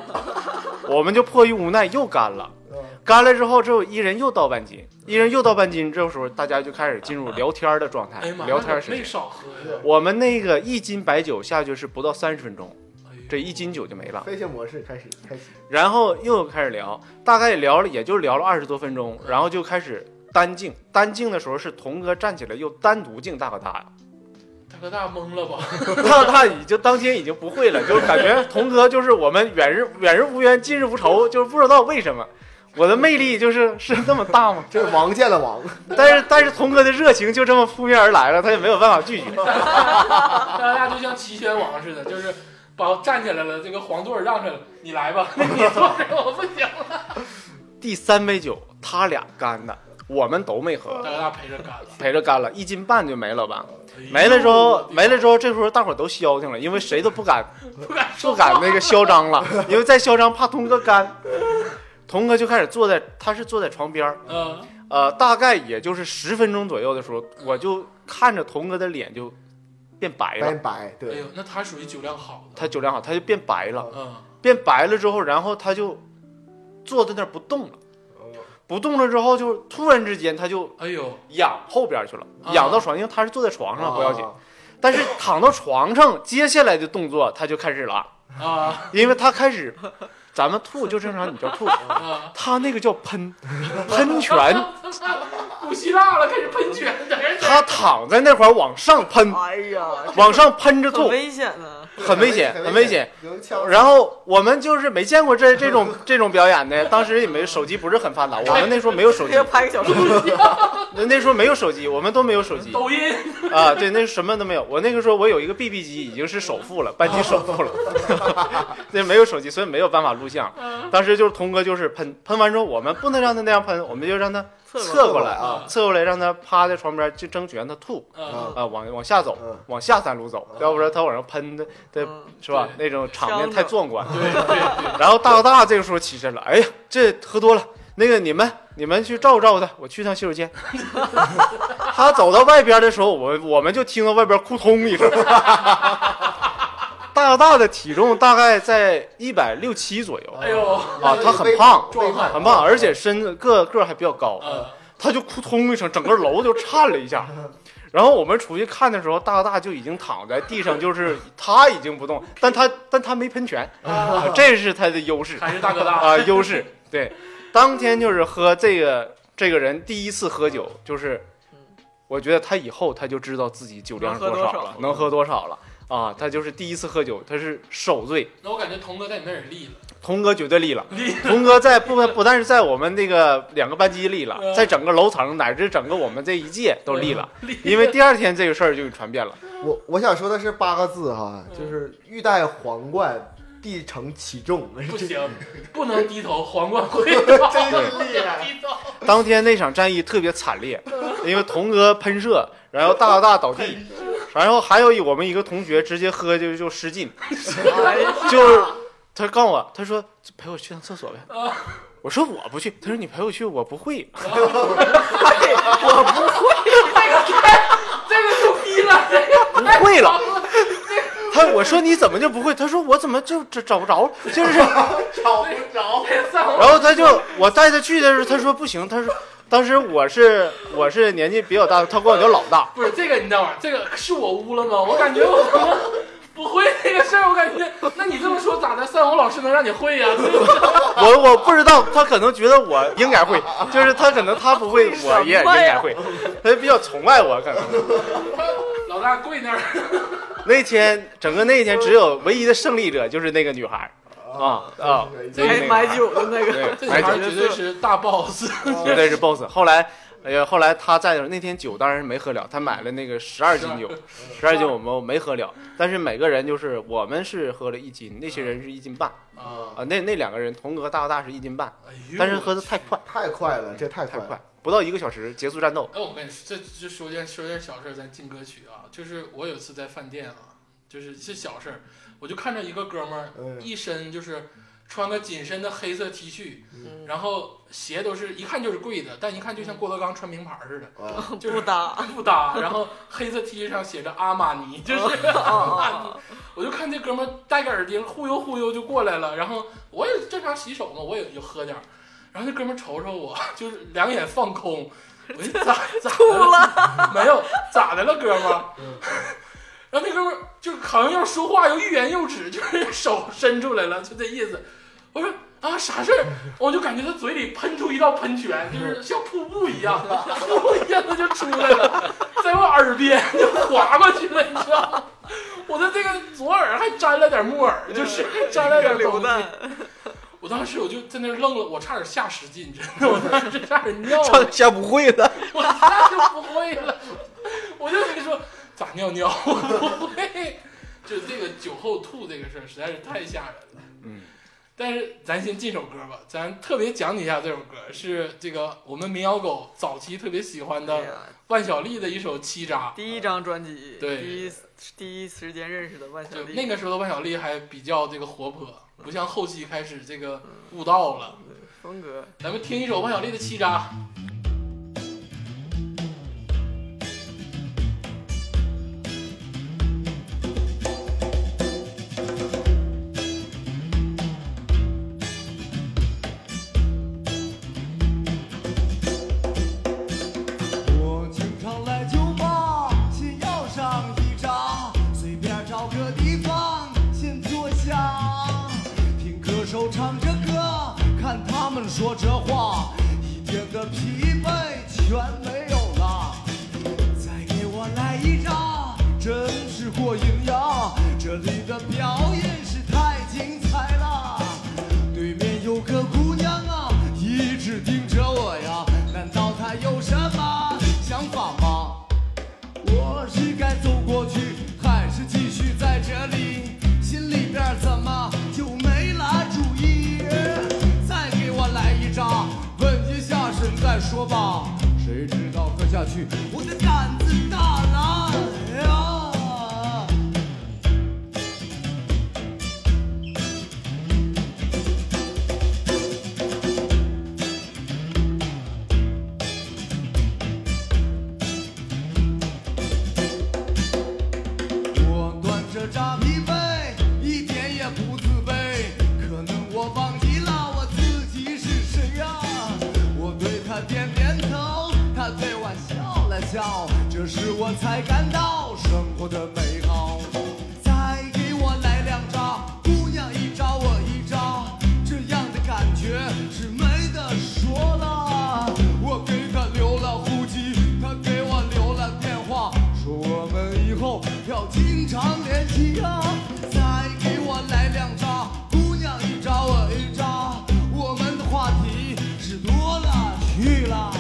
我们就迫于无奈又干了，
嗯
干了之后之后一人又倒半斤，一人又倒半斤。这时候大家就开始进入聊天的状态
哎呀，妈，
聊天时
没
间。
少喝呀，
我们那个一斤白酒下去是不到三十分钟，
哎呦
这一斤酒就没了。
飞行模式开始开启，
然后又开始聊，大概聊了也就聊了二十多分钟，然后就开始单静。单静的时候是童哥站起来又单独敬大哥大呀，
大哥大懵了吧？
大哥大已经当天已经不会了，就感觉童哥就是我们远日远日无冤近日无仇，就是不知道为什么。我的魅力就是是那么大吗？
这是王见了王，
但是但是童哥的热情就这么扑面而来了，他也没有办法拒绝。
大家就像齐宣王似的，就是把站起来了，这个黄座儿让开了，你来 吧，你坐着我不行了。
第三杯酒他俩干的，我们都没喝
大，哥大陪着干了，
陪着干了一斤半就没了吧？
哎呦
没了之后
我，的
没了之后，这时候大伙儿都消停了，因为谁都不敢
不敢
不
说
敢
话，
那个嚣张了，因为再嚣张怕童哥干。童哥就开始坐在，他是坐在床边儿，
嗯，
呃，大概也就是十分钟左右的时候，我就看着童哥的脸就变白
拜
了，
拜，
哎
对
呦，，那他属于酒量好的，
他酒量好，他就变白了，
嗯，
变白了之后，然后他就坐在那儿不动了，不动了之后，就突然之间他就
哎呦，
仰后边儿去了，
啊
仰到床，因为他是坐在床哎上，不要紧
啊，
但是躺到床上，接下来的动作他就开始了。
啊
因为他开始，咱们吐就正常，你叫 吐，
啊，
他那个叫喷，喷泉，
古希腊了，开始喷泉，在这
他躺在那块儿往上喷，
哎呀，
往上喷着
很
吐，
危险呢。
很危险，很危险。，
有人敲
然后我们就是没见过 这这种这种表演的，当时也没手机不是很发达，我们那时候没有手机
要，拍个小视频，
那时候没有手机，我们都没有手机
抖音，
啊，对，那什么都没有。我那个时候我有一个 BB 机，已经是首富了，班级首富了， 那没有手机，所以没有办法录像。当时就是童哥就是喷喷完之后，我们不能让他那样喷，我们就让他侧过来啊，侧过来让他趴在床边，就争取让他吐
嗯，
啊，往往下走
嗯，
往下三路走，要不然他往上喷的，对
嗯，
是吧？那种场面太壮观。
对对对，
然后大哥大这个时候起身了，哎呀，这喝多了，那个你们你们去照顾照顾他，我去趟洗 手间。他走到外边的时候，我我们就听到外边扑通 一声。大哥大的体重大概在一百六七左右
哎呦，
啊，他很胖，
壮汉
很胖，而且身子个个还比较高，
嗯，
他就扑通一声，整个楼就颤了一 下。然后我们出去看的时候，大哥大就已经躺在地上，就是他已经不动，但他但他没喷泉，
嗯
啊这是他的优势。
还是大哥大，
啊，优势。对，当天就是喝这个这个人第一次喝酒，就是我觉得他以后他就知道自己酒量是
嗯能喝
少
多少
了，能喝多少了啊。他就是第一次喝酒，他是首醉，
那我感觉童哥在你那儿立了，
童哥绝对立了。
立了，
童哥在不不但是在我们那个两个班级立 了，
嗯
在整个楼层乃至整个我们这一届都 立了，
立
因为第二天这个事儿就传遍了。
我我想说的是八个字哈，就是欲戴皇冠，必承其重。
不 行，不能低头，皇冠会 倒，
真
不
是厉
能
害
低头，
当天那场战役特别 惨烈，因为童哥喷射，然后大大大倒地，然后还有一我们一个同学直接喝就就失禁，
哎
就是他告诉我，他说陪我去趟厕所呗，我说我不去，他说你陪我去，我不会，
这个牛逼了，这个
不会了。他我说你怎么就不会？他说我怎么就找找不着了？就是，
找不着，
太丧了。
然后他就我带他去的时候，他说不行，他说当时我是我是年纪比较大的，他管我叫老大。
不是这个，你等会儿，这个是我污了吗？我感觉我他妈不会这个事儿，我感觉，那你这么说咋的？三红老师能让你会呀、所以
我我不知道，他可能觉得我应该会，就是他可能他不会，我也应该会，他比较崇拜我可能。
老大跪那儿，
那天整个那一天，只有唯一的胜利者就是那个女孩儿啊啊，
这
那
哎
个
买酒的那个，
这
对，
女孩
买
儿
酒
绝对是大 boss。
绝对是 boss。后来，哎呀，后来他在的时候，那天酒当然没喝了，他买了那个十二斤酒，十二斤我们没喝了，但是每个人就是我们是喝了一斤，那些人是一斤半
啊，
啊，那那两个人童哥大哥大是一斤半，
哎呦
但是喝的太快
太快了，这太
太
快了
快。，不到一个小时结束 战斗。
哎，我跟你说，这就说件说件小事儿，咱进歌曲啊，就是我有一次在饭店啊，就是是小事儿，我就看着一个哥们儿，
嗯
一身就是穿个紧身的黑色 T 恤，
嗯
然后鞋都是一看就是贵的，但一看就像郭德纲穿名牌似 的，
啊，
就是
不搭。
不搭。然后黑色 T 恤上写着阿玛尼，就是
哦哦
我就看这哥们儿戴个耳钉，忽悠忽悠就过来了。然后我也正常洗手嘛，我也就喝点儿。然后那哥们儿瞅瞅我，就是两眼放空，我就 咋咋
吐
的了？
了，
没有咋的了，哥们儿。然后那哥们儿就好像要说话，又欲言又止， 就是手伸出来了，就这意思。我说啊，啥事儿？我就感觉他嘴里喷出一道喷泉，就是像瀑布一样，瀑布一样他就出来了，在我耳边就滑过去了，你知道吗？我的这个左耳还沾了点木耳，就是还沾了点
流
东西。
弹，
我当时我就在那儿愣了，我差点下十斤，真的，我当时差点尿了
唱。下不会了，
我那就不会了，我就跟你说咋尿尿，我不会。就这个酒后吐这个事儿实在是太吓人了。
嗯，
但是咱先进首歌吧，咱特别讲解一下这首歌，是这个我们民谣狗早期特别喜欢
哎
的
呀
万晓利的一首《七渣
第一张专辑，
对
第一第一时间认识的万》。晓
就
利，
那个时候的万晓利还比较这个活泼，不像后期开始这个悟道了。
风格，
咱们听一首万晓利的《七渣》。
我经常来酒吧，先要上一扎，随便找个地方先坐下，听歌手唱着歌，看他们说着话，一天的疲惫全没有了。再给我来一扎，真是过瘾呀！这里的表演是太精彩了。对面有个姑娘啊，一直盯着我呀，难道她有什么想法吗？我是该走过去，还是继续在这里？心里边怎么就没了主意？再给我来一张，稳一下神再说吧。谁知道喝下去，我的胆子大了哎呀！我端着扎啤杯，一点也不自卑。可能我忘记了我自己是谁呀、我对他点点头，他对我笑了笑。这时我才感到生活的美好。再给我来两扎，姑娘一扎我一扎，这样的感觉是没得说了。我给他留了户籍，他给我留了电话，说我们以后要经常联系啊。再给我来两扎，姑娘一扎我一扎，我们的话题是多了去了。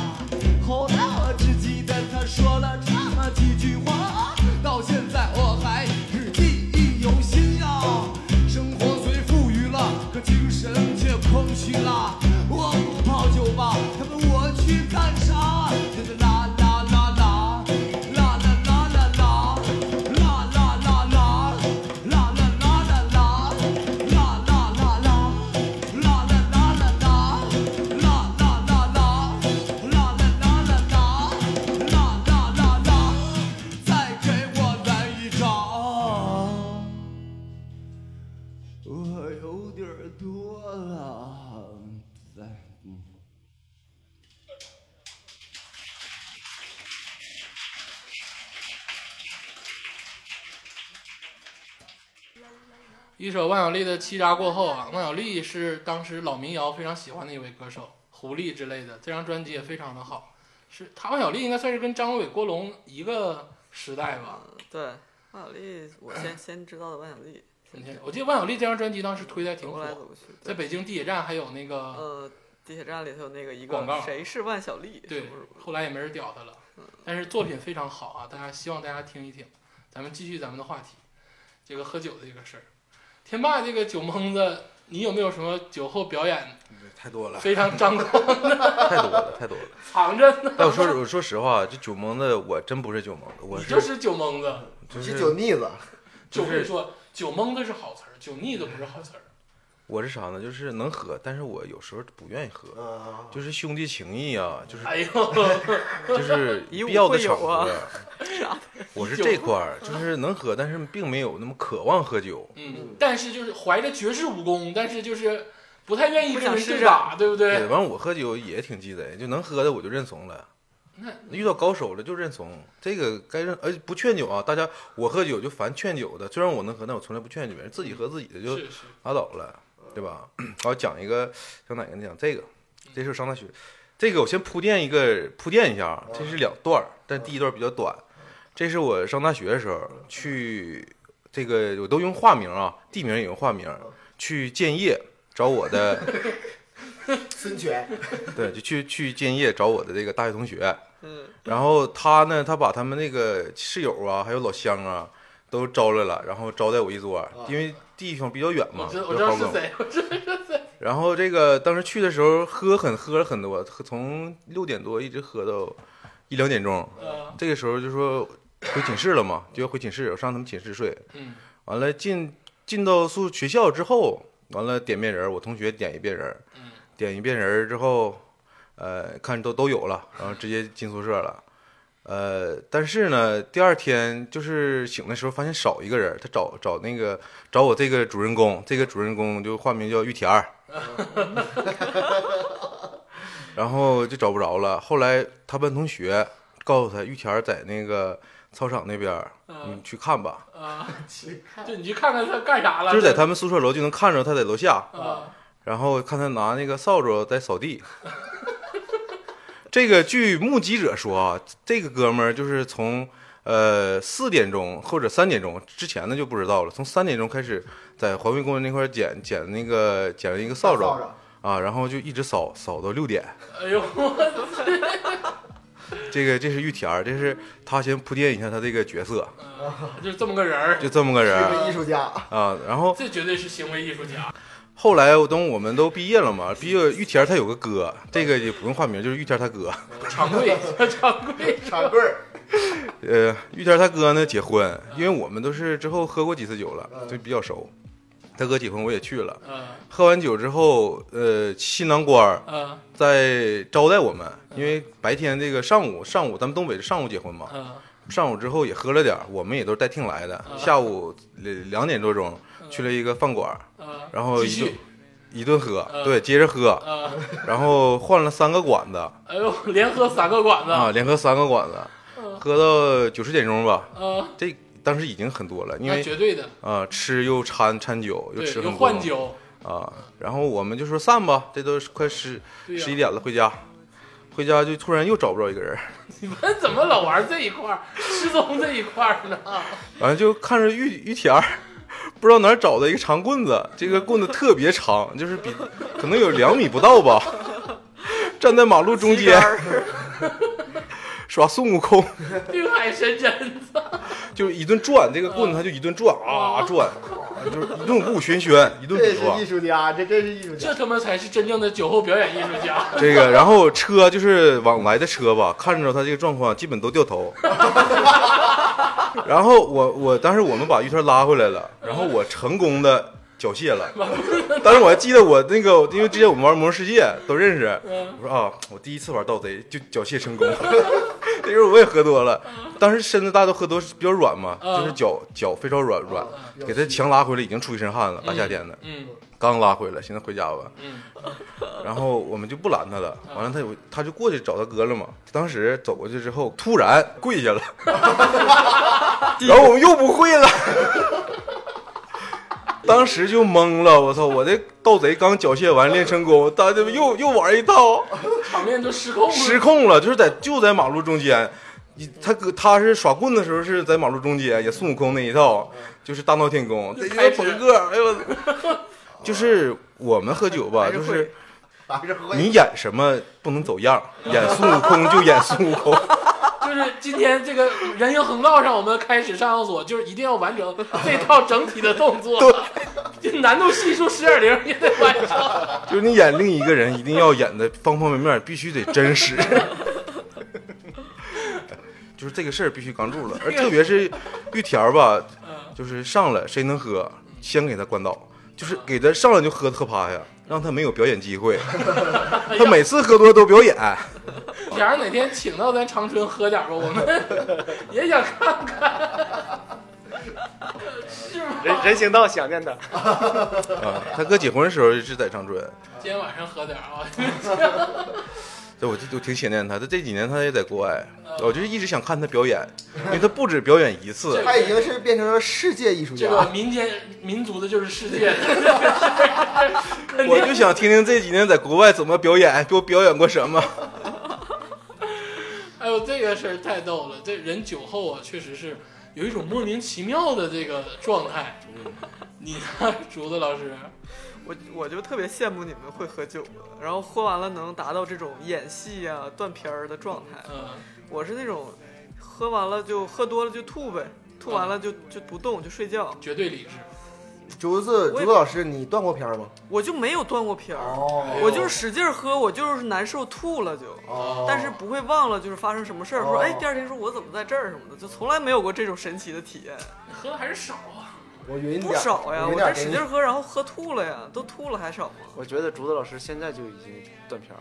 后来我只记得他说了这么几句话，到现在我还是记忆犹新啊呀。生活虽富裕了，可精神却空虚了。我不泡酒吧，他问我去干啥？啦啦啦啦啦，啦啦啦啦啦，啦啦啦啦，啦啦啦啦啦，啦啦啦啦，啦啦啦啦啦，啦啦啦啦，啦啦啦啦啦，啦啦啦啦，再给我来一张。我有点儿多了，来，嗯。
一首万晓利的《七扎》过后啊，万晓利是当时老民谣非常喜欢的一位歌手，狐狸之类的，这张专辑也非常的好。是他万晓利应该算是跟张国伟、郭龙一个时代吧？
嗯对，万晓利，我先先知道的万晓 利，
你看我记得万晓利这张专辑当时推的还挺
走过
火
来，走去，
在
对，
北京地铁站还有那个
呃，地铁站里头有那个一
广告
个谁是嗯万晓利，
对
什么什么，
后来也没人屌他了，但是作品非常好啊，大家希望大家听一听。咱们继续咱们的话题，这个喝酒的这个事儿。天霸这个酒蒙子，你有没有什么酒后表演
太多了，
非常张狂
太多 了，太多了。
藏着呢？
但我说我说实话，这酒蒙子我真不是酒蒙子，我
你
是
就是酒蒙子，
就
你酒
是
腻子，
就
就
会
是
说酒蒙子是好词儿，酒腻子不是好词儿。
我是啥呢？就是能喝，但是我有时候不愿意喝，
嗯，
就是兄弟情谊啊，就是
哎呦，
就是
以武
必要的
会
场
友啊
合。我是这块儿，就是能喝，但是并没有那么渴望喝酒。
嗯，但是就是怀着绝世武功，但是就是不太愿意
不
跟
想
人
施
对打，对不
对，
对？
完我喝酒也挺鸡贼，就能喝的我就认怂了。
那
遇到高手了就认怂，这个该认，而且不劝酒啊。大家我喝酒就烦劝酒的，虽然我能喝，但我从来不劝酒，人自己喝自己的就是
是，
拉倒了，对吧？ 然后讲一个，讲哪个呢？讲这个，这是我上大学，这个我先铺垫一个，铺垫一下啊，这是两段儿，但第一段比较短。这是我上大学的时候去，这个我都用化名啊，地名也用化名，去建业找我的，
孙权，
对，就去去建业找我的这个大学同学。
嗯，
然后他呢，他把他们那个室友啊，还有老乡啊，都招来了，然后招待我一桌，因为地方比较远嘛，
我知道我
比
知
较
道
好
是
整。
谁，我知道
然后这个当时去的时候喝很喝了很多，喝从六点多一直喝到一两点钟。
呃
这个时候就说回寝室了嘛，就要回寝室，我上他们寝室睡。
嗯
完了进进到宿学校之后，完了点面人儿，我同学点一遍人儿，
嗯
点一遍人儿之后，呃，看都都有了，然后直接进宿舍了。呃，但是呢，第二天就是醒的时候发现少一个人儿，他找找那个找我这个主人公，这个主人公就化名叫玉 田儿，然后就找不着了。后来他班同学告诉他，玉田儿在那个操场那边儿，你
嗯
去看吧，
啊，就你去看看他干啥了，
就是在他们宿舍楼就能看着他在楼下，
啊，
然后看他拿那个扫帚在扫地。 这个据目击者说啊，这个哥们儿就是从呃四点钟或者三点钟之前的就不知道了，从三点钟开始在环卫工人那块儿捡捡那个捡了一个扫帚
扫帚
啊，然后就一直扫扫到六点。
哎呦，
这个这是玉田儿，这是他先铺垫一下他这个角色，
呃就是这么个人儿，
就这么个人
是
儿
个艺术家，
啊。然后
这绝对是行为艺术家，
后来我等我们都毕业了嘛，毕业玉田儿他有个哥，这个也不用化名，就是玉田儿他哥。
常 贵常贵，
长棍儿，
呃，玉田他哥呢结婚，因为我们都是之后喝过几次酒了，
嗯
就比较熟。他哥结婚我也去了，
嗯
喝完酒之后，呃，新郎官儿
嗯
在招待我们，因为白天这个上午上午咱们东北是上午结婚嘛，
嗯
上午之后也喝了点儿，我们也都是带听来的。
嗯
下午两两点多钟去了一个饭馆儿，
嗯，
然后
继
一顿
续，
一顿喝，
嗯
对，接着喝，
啊，
然后换了三个馆子
哎呦，连喝三个馆
啊，
子，
连喝三个馆子，喝到九十点钟吧，
嗯，
这当时已经很多了，因
那
为
绝对的，
啊、吃又掺掺酒，又
对，
吃
又
很多
换酒，
啊。然后我们就说散吧，这都是快十
对呀
十一点了，回家。回家就突然又找不着一个人，
你们 怎么老玩这一块儿，失踪这一块儿呢？
完了就看着玉玉田儿，不知道哪儿找的一个长棍子，这个棍子特别长，就是比可能有两米不到吧，站在马路中间耍孙悟空，
定海神针，
就一顿转，这个棍子它就一顿转啊转，啊就是一顿鼓舞喧喧，一顿
这
比划
是艺。术家，这真是艺术 家
这。他妈才是真正的酒后表演艺术家。
这个，然后车就是往来的车吧，看着他这个状况，基本都掉头。然后我我当时我们把玉团拉回来了，然后我成功的缴械了。当时我还记得我那个，因为之前我们玩魔兽世界都认识，我说啊，我第一次玩盗贼就缴械成功。 那时候我也喝多了，当时身子大家都喝多比较软嘛，就是脚脚非常软软，给他强拉回来已经出一身汗了，大夏天的，
嗯
刚拉回来，现在回家吧。
嗯，
然后我们就不拦他了，完了他有他就过去找他哥了嘛。当时走过去之后，突然跪下了，然后我们又不会了。当时就懵了，我操！我这盗贼刚缴械完练成功，他就又又玩一套，
场面就失控了。
失控了，就是在就在马路中间。你他搁他是耍棍的时候是在马路中间，也孙悟空那一套，就是大闹天宫，
就
这一
开
个
始
朋克，哎呦我操，就是我们喝酒吧，
还是
就
会
是
把这喝
你演什么不能走样，演孙悟空就演孙悟空。
就是今天这个人行横道上，我们开始上厕所，就是一定要完成这套整体的动作，就难度系数十点零也得完成。
就是你演另一个人，一定要演的方方面面必须得真实。就是这个事儿必须扛住了，而特别是玉条儿吧，就是上来谁能喝，先给他灌倒，就是给他上来就喝喝趴下，让他没有表演机会。他每次喝多都表演，啊
假如哪天请到咱长春喝点吧，我 们也想看看，是吗？
人人行道想念他，
啊，他哥结婚的时候是在长春，
今天晚上喝点啊，
对我就就挺想念他。他这几年他也在国外，我就是一直想看他表演，因为他不止表演一次。
他已经是变成了世界艺术
这个
家，
民间民族的就是世界，肯
我
定
就想听听这几年在国外怎么表演，给我表演过什么。
哎呦，这个事儿太逗了！这人酒后啊，确实是有一种莫名其妙的这个状态。你呢，竹子老师？
我我就特别羡慕你们会喝酒的，然后喝完了能达到这种演戏啊、断片儿的状态。
嗯，
我是那种喝完了就喝多了就吐呗，吐完了就就不动就睡觉，
绝对理智。
竹子
我
竹
也
子老师，你断过片儿吗？
我就没有断过片儿，
哦
我就是使劲儿喝，我就是难受吐了就。
哦，
但是不会忘了，就是发生什么事儿，说
哦
哎，第二天说我怎么在这儿什么的，就从来没有过这种神奇的体验，
喝的还是少啊。
我匀点
不
儿
少呀！
匀
我
点儿
这
给
使
你
劲儿喝，然后喝吐了呀，都吐了还少吗？
我觉得竹子老师现在就已经断片儿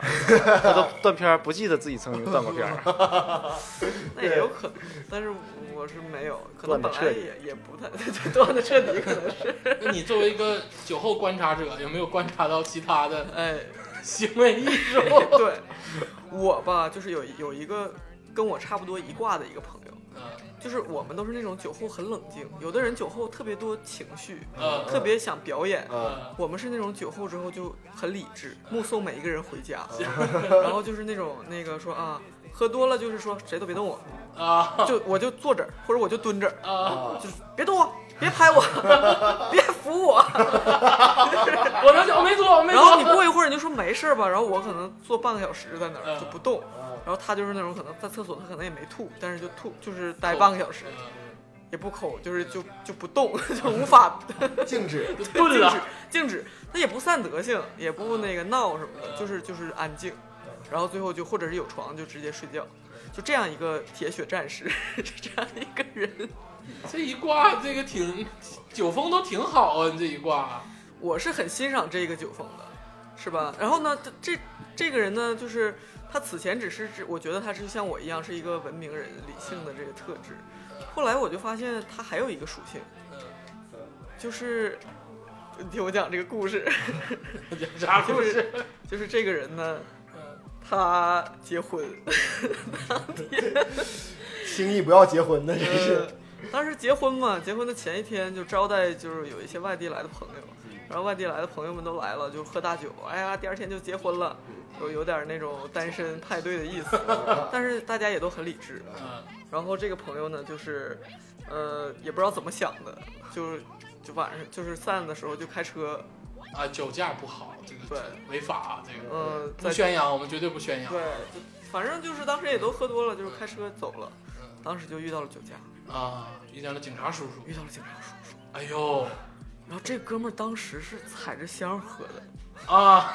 了，他都断片儿，不记得自己曾经断过片儿。
那也有可能，但是我是没有，可
断
能
得
本
彻
来
底
也也不太 对，断的彻底，可能是
那你作为一个酒后观察者，有没有观察到其他的
哎，
行为艺 术？
对，我吧就是有有一个跟我差不多一挂的一个朋友，
嗯
就是我们都是那种酒后很冷静，有的人酒后特别多情绪，
嗯
特别想表演，
啊，
呃
我们是那种酒后之后就很理智，目送每一个人回家，
嗯
然后就是那种那个说啊，喝多了就是说谁都别动我，
啊
就我就坐这儿或者我就蹲这儿，
啊！
就是别动我， 别拍我，别扶我。
我能讲，我没做，我没
然后你
做。
过一会儿你就说没事儿吧，然后我可能坐半个小时在那儿
嗯
就不动，然后他就是那种可能在厕所他可能也没吐，但是就吐就是待半个小时
呃
也不抠，就是就就不动， 就 无法
静止，
就
静
炖
止
了，
静止，那也不散德性，也不那个闹什么的，就是就是安静，然后最后就或者是有床就直接睡觉，就这样一个铁血战士， 这样一个人，
这一挂，这个挺酒风都挺好啊，你这一挂。
我是很欣赏这个酒疯的，是吧？然后呢，这这这个人呢，就是他此前只是只，我觉得他是像我一样是一个文明人、理性的这个特质，后来我就发现他还有一个属性，就是你听我讲这个故事。
讲啥故事？
就是这个人呢
嗯，
他结婚，
轻易不要结婚的，这是
呃当时结婚嘛，结婚的前一天就招待，就是有一些外地来的朋友，然后外地来的朋友们都来了，就喝大酒，哎呀，第二天就结婚了，有有点那种单身派对的意思，但是大家也都很理智。
嗯
然后这个朋友呢，就是，呃，也不知道怎么想的，就是就晚上就是散的时候就开车，
啊，酒驾不好，这个
对
违法啊，这个
呃，
不
在
宣扬，我们绝对不宣扬。
对，就反正就是当时也都喝多了，就是开车走了，当时就遇到了酒驾，
啊，遇见了警察叔叔。
遇到了警察叔叔。
哎呦
然后这哥们儿当时是踩着香喝的，
啊，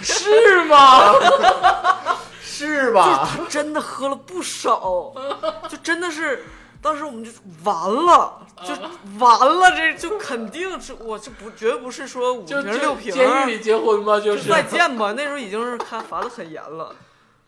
是吗？
是
就是
吧？
他真的喝了 不少，就真的是，当时我们就完了，
啊
就完了，这就肯定是我这不绝不是说五
就
瓶
就
六瓶，啊
监狱里结婚吧，就
就是再见吧。那时候已经是看罚的很严了，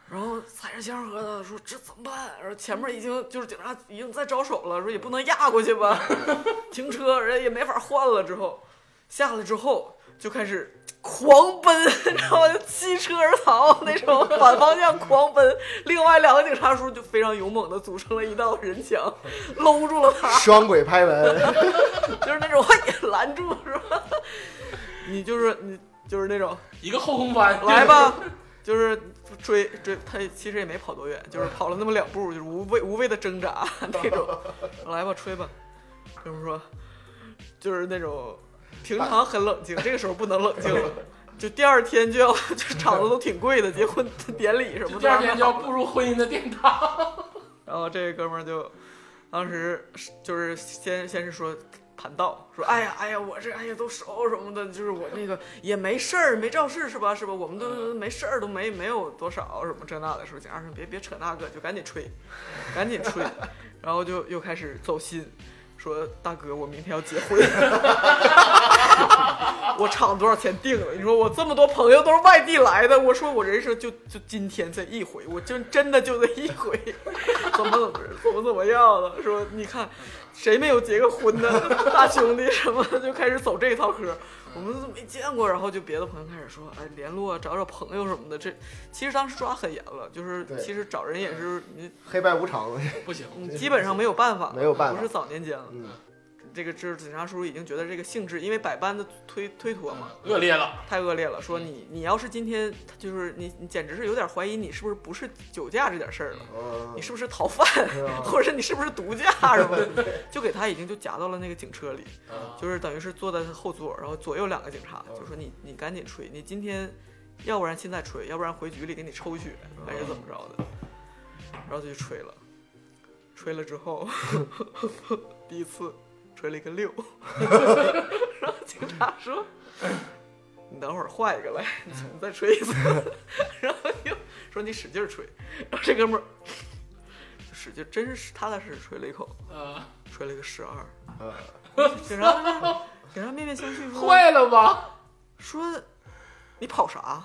然后踩着香喝的说这怎么办？然后前面已经就是警察已经在招手了，说也不能压过去吧， 停车人也没法换了。之后下来之后就开始狂奔，然后弃车而逃那种，反方向狂奔。另外两个警察叔叔就非常勇猛的组成了一道人墙，搂住了他。
双轨拍门，
就是那种 嘿拦住是吧？你就是你就是那种
一个后空翻，
来，吧，就是追追他，其实也没跑多远，就是跑了那么两步，就是无谓无谓的挣扎那种。来吧，吹吧，哥们说，就是那种平常很冷静，这个时候不能冷静了。就第二天就要， 这场子都挺贵的，结婚 典礼什么的。
第二天就要步入婚姻的殿堂。
然后这哥们儿就，当时是就是先先是说盘道，说哎呀哎呀，我这哎呀都熟什么的，就是我那个也没事儿，没肇事是吧是吧？我们都没事儿，都没没有多少什么这那的，说讲二说别别扯那个，就赶紧吹，赶紧吹， 然后就又开始走心。说大哥，我明天要结婚， 我场多少钱定了？你说我这么多朋友都是外地来的，我说我人生就就今天这一回，我就真的就这一回， 怎么怎么怎么怎么样了？说你看，谁没有结个婚呢？ 大兄弟什么的就开始走这一套嗑，我们都没见过。然后就别的朋友开始说，哎，联络啊，找找朋友什么的。这其实当时抓很严了，就是
对
其实找人也是你
黑白无常，
不行，
你嗯基本上没有办法，
没有办法
不是早年间了。
嗯，
这个这警察叔叔已经觉得这个性质，因为百般的推推脱嘛，
嗯
恶劣了，
太恶劣了。说你你要是今天就是你你简直是有点怀疑你是不是不是酒驾这点事儿了，
嗯
你是不是逃犯，
啊
或者是你是不是毒驾什么的，就给他已经就夹到了那个警车里，
呃
就是等于是坐在他后座，然后左右两个警察就说你你赶紧吹，你今天要不然现在吹，要不然回局里给你抽血还是怎么着的，然后他就吹了，吹了之后 第一次吹了一个六， 然后警察说。你等会儿换一个来，你再吹一次， 然后又说你使劲儿吹，然后这哥们儿使劲，真是踏踏实实吹了一口，
呃，
吹了一个十二。
呃
警察，警察面面相觑说
坏了吧？
说你 跑啥？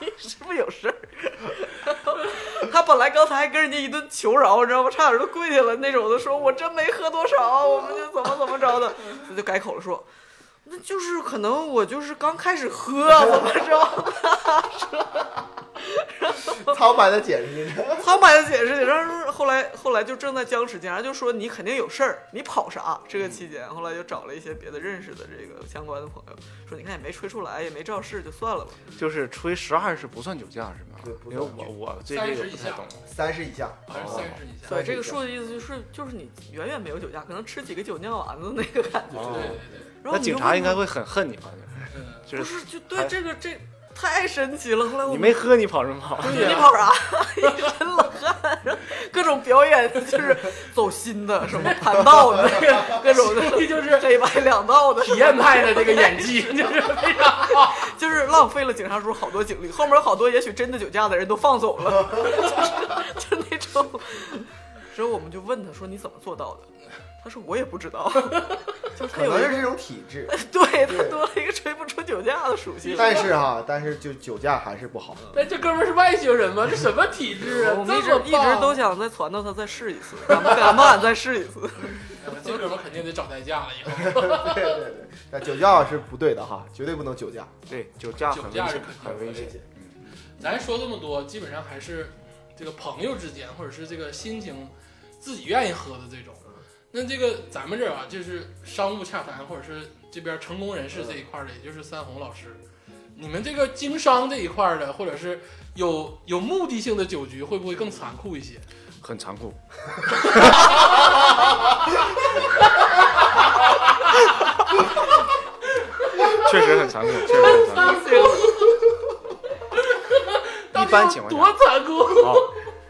你是不是有事儿？他本来刚才还跟人家一顿求饶，你知道吗？差点都跪下了那种的，说我真没喝多少，我们就怎么怎么着的，他就改口了说。那就是可能我就是刚开始喝，啊怎么着？
苍白的解释，
苍白的解释，警察说后来后来就正在僵持，警察就说你肯定有事儿，你跑啥？这个期间，后来就找了一些别的认识的这个相关的朋友，说你看也没吹出来，也没肇事，就算了吧。
就是吹十二是不算酒驾是吗？
对不
因为
算
我我对
三
这
十
个
以
不太
下
懂。哦
三十以下，
好像三十以下，
对，这个数的意思就是就是你远远没有酒驾，可能吃几个酒尿丸子那个感觉。
对
哦
对对，
然
那
后你
警
就
察
问
应该
他
会很恨你吧？
嗯，
就
不
是
是就对这个这太神奇了。后来我
你
们
没喝，你跑什么 跑？
对
你
呀
跑啥？ 一身冷汗，然后各种表演就是走心的，什么盘道的，各种 的，就是黑白两道的，
体验派的这个演 技就是非常好，
就是浪费了警察叔好多警力。后面有好多也许真的酒驾的人都放走了， 就是就那种。之后我们就问他说你怎么做到的？他说我也不知道， 就是他
可
有
能
一
是
个
这种体质。
对他多了一个吹不出酒驾的属性。
但是哈，但是就酒驾还是不好。
那这哥们儿是外星人吗？这什么体质啊？
我们
这
一直
么
一
棒
直都想再传到他再试一次，敢不敢不敢再试一次？
这哥们儿肯定得找代驾了，以后
对对对，那酒驾是不对的哈，绝对不能酒驾。
对，酒驾
酒
啊很危
驾是
险
肯，定
很危险。
嗯咱说这么多，基本上还是这个朋友之间，或者是这个心情自己愿意喝的这种。
嗯
那这个咱们这儿啊，就是商务洽谈，或者是这边成功人士这一块儿的，也就是三红老师，你们这个经商这一块儿的，或者是有有目的性的酒局，会不会更残酷一些？
很残酷。确实很残酷，确实很残酷。一般情况
多
下，
残酷！
啊，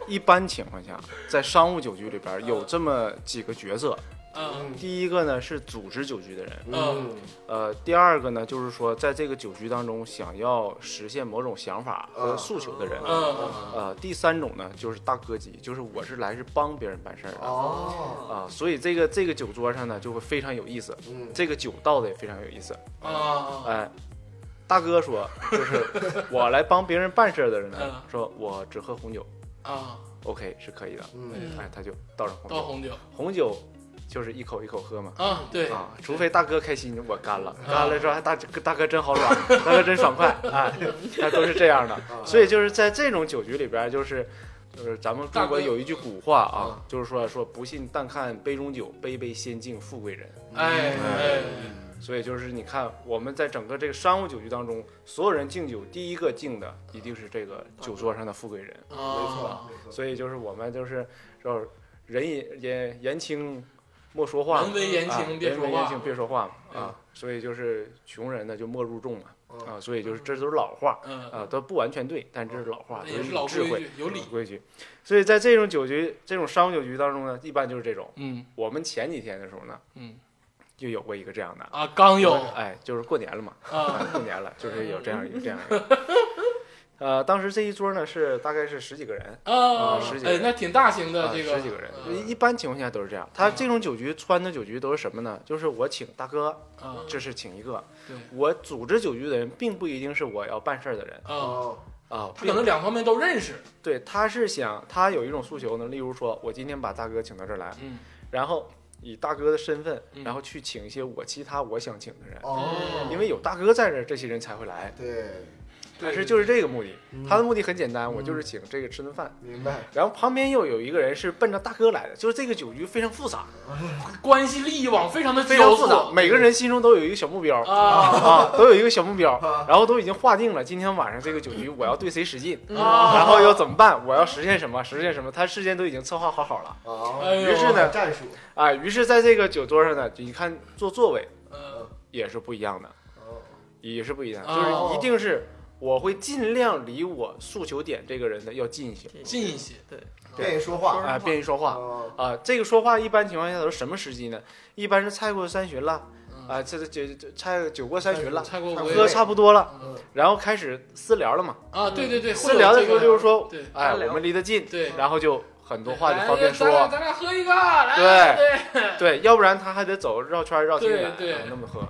一般情况下，在商务酒局里边有这么几个角色。
嗯
第一个呢是组织酒局的人，
嗯
呃，第二个呢就是说在这个酒局当中想要实现某种想法和诉求的人。
嗯，
呃，第三种呢就是大哥级，就是我是来是帮别人办事儿的。
哦，
啊，所以这个这个酒桌上呢就会非常有意思，
嗯，
这个酒倒的也非常有意思。
啊，
哎，大哥说，就是我来帮别人办事儿的人呢
嗯，
说我只喝红酒
啊，
，OK 是可以的。
嗯，
哎，他就倒上红
倒
酒，
红酒
红酒就是一口一口喝嘛。
啊，对，
啊，除非大哥开心，我干了，干了之后，哎大哥大哥真豪爽，啊大哥真爽快，哎，他都是这样的。所以就是在这种酒局里边，就是就是咱们
大
中
哥
国有一句古话啊，就是说说不信但看杯中酒，杯杯先敬富贵人。
哎
嗯
哎，
所以就是你看我们在整个这个商务酒局当中，所有人敬酒，第一个敬的一定是这个酒桌上的富贵人。
啊，
所以就是我们就是要人言言言轻莫说话，
人微言轻
啊
别
人
说
微
话
言轻别说话嘛
嗯
啊。所以就是穷人呢就莫入众嘛啊，所以就是这都是老话
嗯，
啊，都不完全对，但这哎是老话，
那
都
也是
有
老
智
规
慧
矩，有理
有，规矩。所以在这种酒局、这种商务酒局当中呢，一般就是这种。
嗯
我们前几天的时候呢，
嗯
就有过一个这样的。
啊，刚有
哎，就是过年了嘛，
啊，
过年了，就是有这样一个这样一个。 呃，当时这一桌呢是大概是十几个人，
啊，
啊十几个
哎，
人
那挺大型的
啊
这个，
十几个人，
嗯
一般情况下都是这样。他这种酒局穿的酒局都是什么呢？就是我请大哥，
啊，
这是请一个
对。啊
我组织酒局的人，并不一定是我要办事儿的人
啊，
哦
啊。
他可能两方面都认识，
对，他是想他有一种诉求呢，例如说我今天把大哥请到这儿来，
嗯，
然后以大哥的身份，
嗯
然后去请一些我其他我想请的人，
哦，
因为有大哥在这儿，这些人才会来。
对，
但是就是这个目的，他的目的很简单，我就是请这个吃顿饭。
明白，
然后旁边又有一个人是奔着大哥来的，就是这个酒局非常复杂，
关系利益网非常的
非常
交
复杂，
错
每个人心中都有一个小目标
啊
啊，都有一个小目标
啊，
然后都已经划定了，今天晚上这个酒局我要对谁使劲，
嗯
啊，
嗯然后要怎么办，我要实现什么，实现什么，他事先都已经策划好好了
哦，
哎呦
于是呢
战术，
啊。于是在这个酒桌上呢，你看坐座位
呃
也是不一样的，
哦
也是不一样的，
哦
就是一定是我会尽量离我诉求点这个人的要近一些，
嗯
近一些，
愿意说话，
啊，便于说话。
哦
啊，这个说话一般情况下都是什么时机呢？一般是菜过三巡了，
嗯
啊，这这这这菜酒过三巡了，
蔡国
差不
我
多
也
喝差不多了，
嗯
然后开始私聊了嘛。
啊，对对对，会
嗯私
有
聊的
这
时候
个
就是说
对，
哎，
聊
我们离得近，
对
然后就很多话就方便
来咱俩
说，
咱俩喝一个，来对
对，要不然他还得走绕圈儿绕挺
对
远，
对
啊那么喝。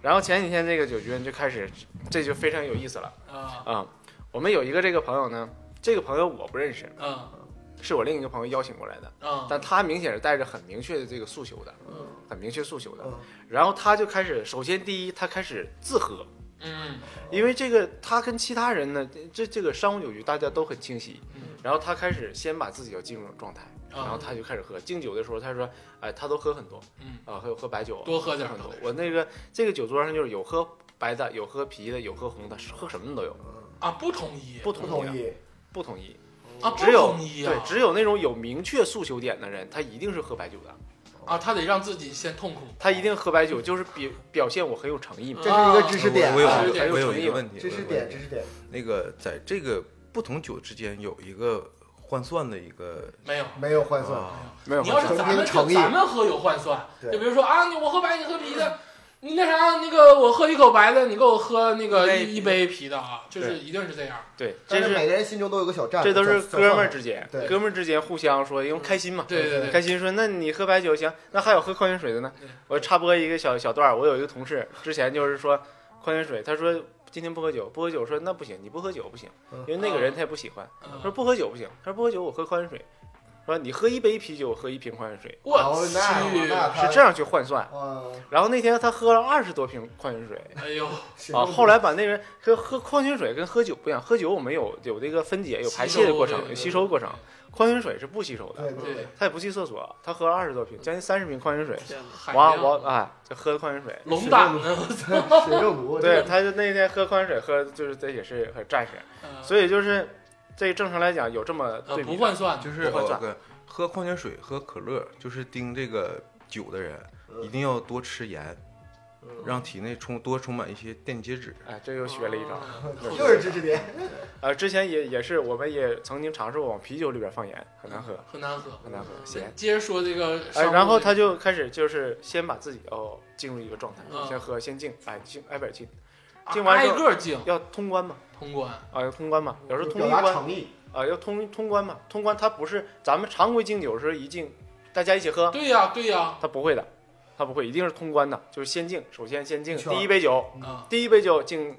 然后前几天这个酒局就开始，这就非常有意思了
啊
啊。我们有一个这个朋友呢，这个朋友我不认识，
啊
是我另一个朋友邀请过来的。
啊，
但他明显是带着很明确的这个诉求的，
嗯
很明确诉求的
嗯。
然后他就开始，首先第一，他开始自喝，
嗯
因为这个他跟其他人呢，这这个商务酒局大家都很清晰。
嗯
然后他开始先把自己要进入状态，然后
啊
他就开始喝。敬酒的时候，他说：“哎，他都喝很多，
嗯
啊，还有喝白酒，
多喝点儿
很多
都得。
我那个这个酒桌上就是有喝白的，有喝啤的，有喝红的，喝什么都有，
啊，不同意
不
嗯不
统
同
一的，
意，
不统一。
啊，不
只有
同意啊
对，，只有那种有明确诉求点的人，他一定是喝白酒的。”
啊，他得让自己先痛苦，
他一定喝白酒，就是表表现我很有诚
嗯
意嘛
这。是一个 知识点
我，有
啊
一个我有
有
一
一
个
个
问题，
知
我有
识
一个问
点，
题
知识点，
那个在这个不同酒之间有一个换算的一个
没有。
没有换算，
啊，
没有
你要是咱们
诚意
咱们喝有换算，
对
就比如说啊，你我喝白，你喝啤的，你那啥，那个我喝一口白的，你给我喝那个一一杯啤的啊，就是
对
一定是这样。
对，这
但是
是
每个人心中都有个小战术，
这都是
小
哥们儿，之间
对，
哥们儿之间互相说，因为开心嘛。
对对对，
开心说，那你喝白酒行，那还有喝矿泉水的呢
对。
我插播一个小小段儿，我有一个同事之前就是说矿泉水，他说今天不喝酒，不喝酒说那不行，你不喝酒不行，
嗯
因为那个人他也不喜欢，
嗯
说不喝酒不行，他说不喝酒我喝矿泉水，说你喝一杯啤酒，我喝一瓶矿泉水，
我
哦
去，
那那
啊
他
是这样去换算。
哇，
然后那天他喝了二十多瓶矿泉水，
哎呦，
啊，后来把那人喝喝矿泉水跟喝酒不一样，喝酒我们有有这个分解、有排泄的过程
吸收对、
有吸收过程，矿泉水是不吸收
对
的，
对
对，
他也不去厕所，他喝了二十多瓶，将近三十瓶矿泉水，
海
哇
量
哇哎，就喝矿泉水。
龙胆呢？我操！
水中毒，
对，他就那天喝矿泉水喝，就是这也是很战士，
呃
所以就是这正常来讲有这么
呃
对比
不
的
换算的，
就是
不换
有
算
个喝矿泉水、喝可乐，就是盯这个酒的人
嗯
一定要多吃盐，让体内充多充满一些电解质。
哎，这又学了一招。
后
又是知识点，
呃，之前也也是，我们也曾经尝试过往啤酒里边放盐，很难喝，
很难喝。
很难喝，咸。
接着说这个商
哎，
务这个，
然后他就开始就是先把自己哦进入一个状态，
嗯
先喝先静，哎静挨边儿静，
啊
进完
挨
之后
个进
要通关嘛，
通关，
啊要通关嘛，有时候通
表
一
达
关啊、
诚意，
要通通关嘛，通关它不是咱们常规敬酒时候一敬，大家一起喝，
对呀对呀
它不会的，它不会，一定是通关的，就是先敬，首先先敬
一圈儿
第一杯酒，
啊
第一杯酒敬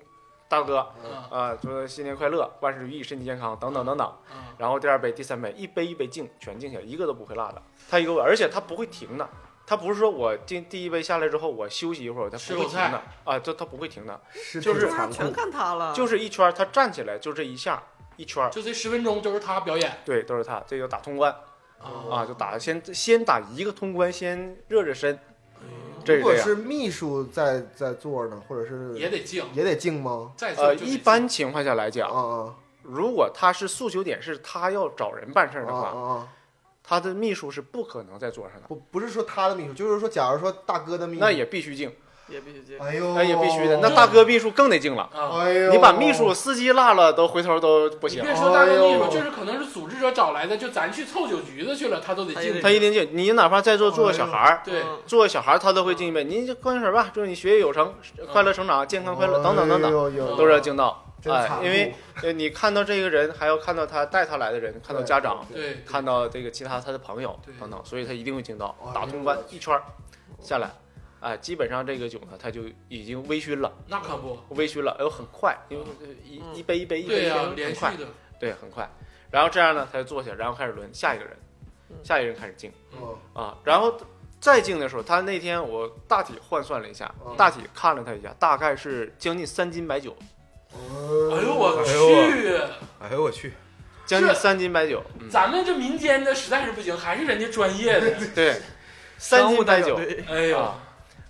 大哥
啊
啊，说新年快乐，万事如意，身体健康等等等等，
啊
然后第二杯、第三杯，一杯一杯敬，全敬下来，一个都不会落的。它一个，而且它不会停的。它不是说我敬第一杯下来之后，我休息一会儿，它
吃
不
口
会停
菜
的啊，这它不会停的，
是
就是
就是
残
全
酷，
看他了，
就是一圈儿，它站起来就这一下，一一圈儿，
就这十分钟就是他表演，
对，都是他，这就打通关
啊，
啊，就打先先打一个通关，先热热身，这
如
是
果
这样。
是秘书在在座呢，或者是
也得静，
也得静吗？
再做
呃，
就得
一
静
般情况下来
啊
讲，
啊
如果他是诉求点是他要找人办事
啊
儿的
啊
话，
啊！
他的秘书是不可能在桌上的，
不不是说他的秘书，就是说假如说大哥的秘书，
那也必须静，
也必须进。
哎呦，
那也必须的。那大哥秘书更得静了，
啊，
哎呦，
你把秘书司机落了，都回头都不
你
行。
别说大众秘
哎
书，
呦
就是可能是组织者找来的，就咱去凑酒局子去了，他都得
他
进
也
去。
他一定静，你哪怕在座坐个小孩
哎
儿，
对，
嗯
坐个小孩儿他都会敬一杯，您就灌水吧，祝你学业有成，
嗯
快乐成长，健康快乐，等等等
哎
等，
等
都是要敬到。
哦真哦
哎
残，酷
因为呃你看到这个人，还要看到他带他来的人，看到家长，
对，
看到这个其他他的朋友
对
等等，所以他一定会敬到
哎呦，
打通关一圈儿下来，哎，基本上这个酒呢，他就已经微醺了，
那可不，
微醺了，哎呦，很快，因为呃
嗯
一一杯一杯一
对
杯一杯
呀，连
很
续
快，
的，
对，很快。然后这样呢，他就坐下，然后开始轮下一个人，
嗯
下一个人开始敬
嗯
啊。然后再敬的时候，他那天我大体换算了一下
嗯，
大体看了他一下，大概是将近三斤白酒，
哎呦
我
我
哎呦
去，
哎呦我去，
将近三斤白酒，嗯
咱们这民间的实在是不行，还是人家专业的，
对，三
商务
斤
代
白
表
酒
队
哎呦
啊，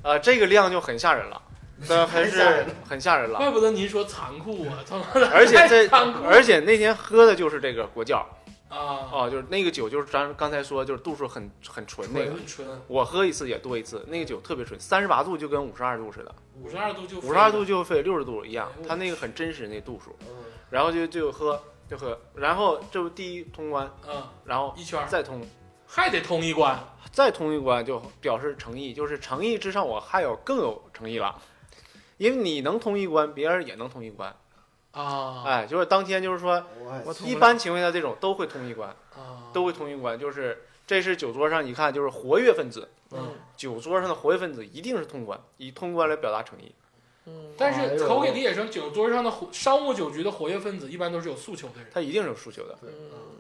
啊，这个量就很吓人了， 但还
很吓
是
人
很吓人 了。
怪不得您说残酷啊，他妈的
而且
太
这
残酷，了
而且那天喝的就是这个国窖
啊，
啊，就是那个酒，就是咱刚才说，就是度数很很纯那个。
很纯，
我喝一次也多一次，那个酒特别纯，三十八度就跟五十二度似的，
五十二度就
五十二度就非六十度一样
哎呦，
它那个很真实那度数。然后就就喝就喝，然后这不第一通关，
啊，
然后
一圈儿
再通
还得通一关，
再通一关就表示诚意，就是诚意之上我还有更有诚意了，因为你能通一关，别人也能通一关，
啊哎
哎，就是当天就是说，
我
一般情况下这种都会通一关。
啊，
都会通一关，就是这是酒桌上一看就是活跃分子，
嗯，
酒桌上的活跃分子一定是通关，以通关来表达诚意。
嗯，
但
啊
哎
是
呦
口给李野生酒桌上的活商务酒局的活跃分子，一般都是有诉求的人，
他一定是有诉求的
嗯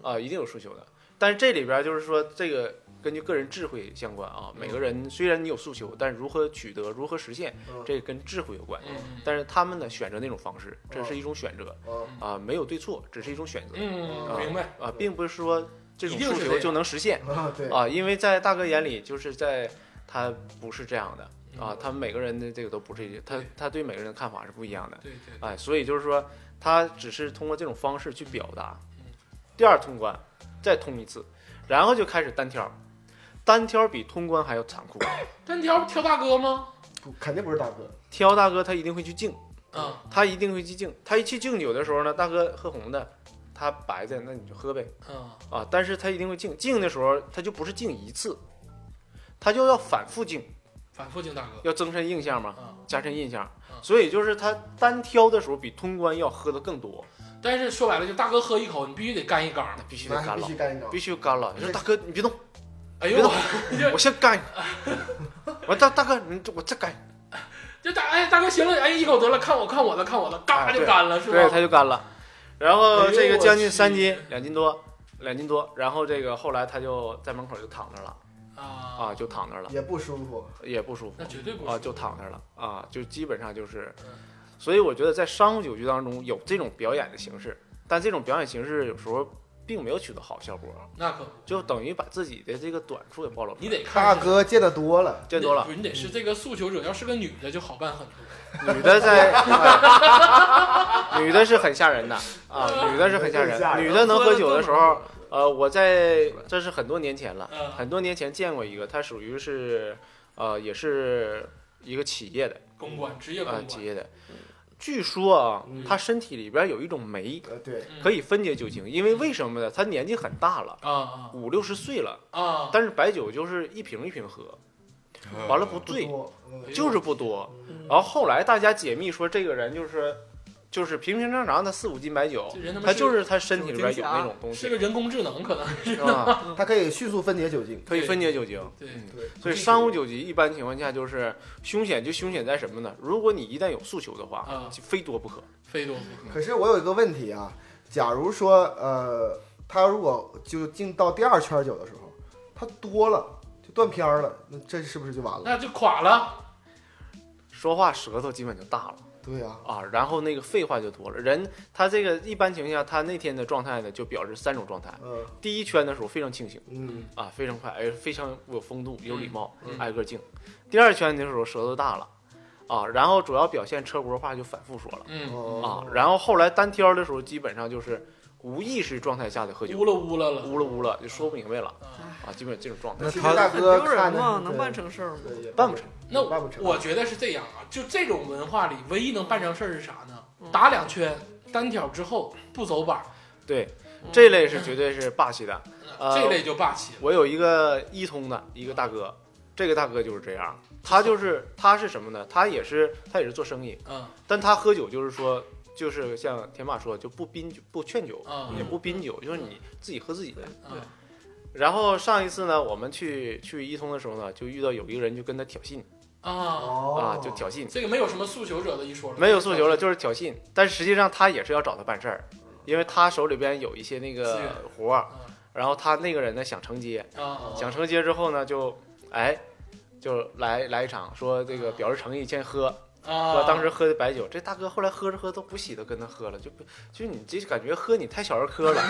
啊，一定有诉求的。但是这里边就是说，这个根据个人智慧相关啊，每个
嗯
人虽然你有诉求，但是如何取得、如何实现，这跟智慧有关。
嗯
但是他们呢，选择那种方式，这是一种选择啊，没有对错，只是一种选择
嗯，
啊
明白，
啊，并不是说这种
一定是
诉
这样
求就能实现。
啊对
啊，因为在大哥眼里，就是在他不是这样的啊
嗯，
他们每个人的这个都不是一，他他对每个人的看法是不一样的，
对对，
哎，所以就是说，他只是通过这种方式去表达。第二通关，再通一次，然后就开始单挑，单挑比通关还要残酷。
单挑挑大哥吗？
不肯定不是大哥，
挑大哥他一定会去敬，
啊
他一定会去敬，他一去敬酒的时候呢，大哥喝红的，他白的，那你就喝呗。
啊
啊，但是他一定会敬，敬的时候他就不是敬一次，他就要反复敬，
反复敬大哥
要增深印象嘛，
啊，
加深印象
嗯。
所以就是他单挑的时候比通关要喝的更多，
但是说白了，就大哥喝一口，你必须得干一缸
那。必须得
那
干
必
了
须，干一张
必。须干了。你说大哥你别动，
哎
别
呦
动，
你这
我先干一 个。我大大哥你我再干一个，
这大哎大哥行了，哎一口得了，看我看我的看我的，嘎
哎
就
对
干了是
对，
吧？
他就干了。然后这
哎呦
个将近
我去
三斤，两斤多，两斤多。然后这个后来他就在门口就躺那儿了
啊
啊，就躺那儿了，
也不舒服，
也不舒服
那。绝对不
啊，
是
就躺那儿了啊，就基本上就是
嗯，
所以我觉得在商务酒局当中有这种表演的形式，但这种表演形式有时候并没有取得好效果，
那可不，
就等于把自己的这个短处给暴露出来。
你得看
大
是
哥见的多了，
见多了嗯
不，是你得是这个诉求者，要是个女的就好办很多。
女的在，哎女的是很吓人的啊，女的是很吓
女的是吓
人，
人
女的能喝酒的时候，呃，我在这是很多年前了
嗯，
很多年前见过一个，她属于是，呃，也是一个企业的，
公关，职业
啊，
公
企
关，
业的。据说啊
嗯，
他身体里边有一种酶
呃对，
嗯
可以分解酒精，因为为什么呢？他年纪很大了，
啊
五六十岁了，
啊啊！
但是白酒就是一瓶一瓶喝，完了不醉，
多，嗯
就是不多。
嗯
然后后来大家解密说，这个人就是就是平平常常的四五斤白酒
这人他，妈
他
是
就是他身体里边有那种东
是
西
个人工智能，可能
啊，
它可以迅速分解酒精。
可以分解酒精。
对
嗯
对，
所以商务酒局一般情况下就是凶险，就凶险在什么呢？如果你一旦有诉求的话
啊，
就非多不可。
非多不可。
可是我有一个问题啊，假如说呃，他如果就进到第二圈酒的时候，他多了就断
嗯
片儿了，那这是不是就完了？
那就垮了，
说话舌头基本就大了。
对呀、啊，
啊，然后那个废话就多了。人他这个一般情况下，他那天的状态呢，就表示三种状态。
嗯
第一圈的时候非常清醒
嗯
啊，非常快，哎，非常有风度、有礼貌，
嗯
挨个敬。第二圈的时候舌头大了啊，然后主要表现车轱辘话就反复说了
嗯，
啊
哦，
然后后来单挑的时候，基本上就是无意识状态下的喝酒，
乌了乌了了，
乌了乌了就说不明白了
嗯
啊
啊，基本这种状态
那
其实
他
大
很
哥
丢
看
人
的
嘛，
是
能办，成事儿吗？
对也
办不成。
那
办不成
我觉得是这样啊，就这种文化里，唯一能办成事儿是啥呢
嗯？
打两圈单挑之后不走板儿，
对，
嗯
这类是绝对是霸气的。呃
这类就霸气了。
我有一个一通的一个大哥，这个大哥就是这样，他就是他是什么呢？他也是他也是做生意，
嗯
但他喝酒就是说，就是像田马说，的，就不宾酒不劝酒，
嗯
也不宾酒，就是你自己喝自己的。
嗯
然后上一次呢，我们去去一通的时候呢，就遇到有一个人就跟他挑衅
啊，
啊
哦，，
就挑衅，
这个没有什么诉求者的一说了，
没有诉求了，就是挑衅，但实际上他也是要找他办事儿，因为他手里边有一些那
资源
个活儿
嗯，
然后他那个人呢想承接，
啊，
想承接之后呢，就哎，就来来一场，说这个表示诚意，先喝。
啊，
说当时喝的白酒，这大哥后来喝着喝着都不稀的跟他喝了，就不就你这感觉喝你太小儿科了。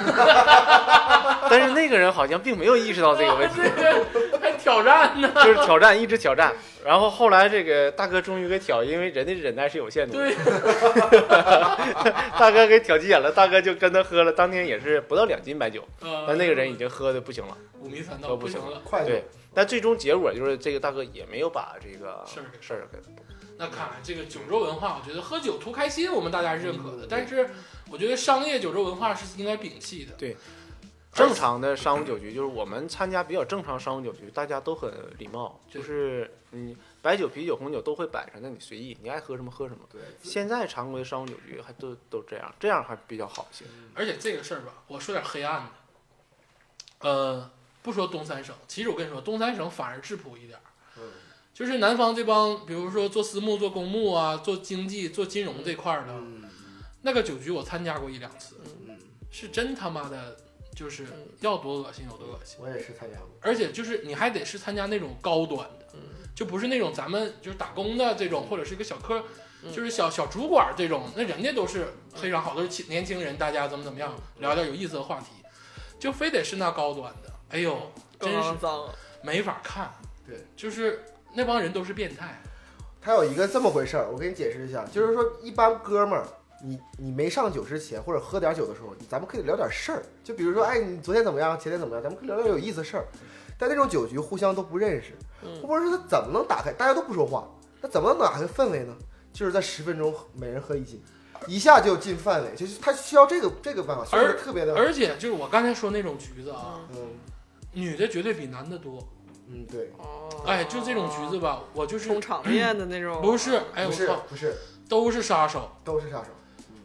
但是那个人好像并没有意识到这个问题，
还挑战呢，
就是挑战，一直挑战。然后后来这个大哥终于给挑，因为人的忍耐是有限度的，
对，
大哥给挑急眼了，大哥就跟他喝了。当天也是不到两斤白酒，
呃
但那个人已经喝的不行了。
五迷三道
都
不
不
行
行
了，
快
对
点，，
但最终结果就是这个大哥也没有把这个
事儿给
事儿给
那看来这个酒桌文化，我觉得喝酒图开心，我们大家是认
嗯
可的。但是，我觉得商业酒桌文化是应该摒弃的。
正常的商务酒局，就是我们参加比较正常商务酒局，大家都很礼貌，
对
就是你白酒、啤酒、红酒都会摆上，那你随意，你爱喝什么喝什么。
对，
现在常规商务酒局还都都这样，这样还比较好一些。
而且这个事儿吧，我说点黑暗的。呃，不说东三省，其实我跟你说，东三省反而质朴一点儿。
嗯
就是南方这帮，比如说做私募、做公募啊，做经济、做金融这块儿的，
嗯
那个酒局我参加过一两次，
嗯，
是真他妈的，就是
嗯
要多恶心有多恶心。
我也是参加过，
而且就是你还得是参加那种高端的，
嗯
就不是那种咱们就是打工的这种，或者是一个小科，
嗯
就是小小主管这种，那人家都是非常好，都是青年轻人，大家怎么怎么
嗯
样，聊点有意思的话题，就非得是那高端的，哎呦，真
更
是
肮脏啊了。
没法看，
对，
就是那帮人都是变态，
他有一个这么回事儿，我给你解释一下，就是说一般哥们儿，你你没上酒之前或者喝点酒的时候，咱们可以聊点事儿，就比如说，哎，你昨天怎么样，前天怎么样，咱们可以聊聊有意思的事儿。但那种酒局互相都不认识，
嗯
我不知道他怎么能打开，大家都不说话，那怎么能打开氛围呢？就是在十分钟每人喝一斤，一下就进范围，就是他需要这个这个办法，所以
而
特别的，
而且就是我刚才说那种局子啊，
嗯
女的绝对比男的多，
嗯，对，
哦，
哎，就这种局子吧，我就是
冲场面的那种，
不是，哎
不
我
是
操，
不是，
都是杀手。
都是杀手，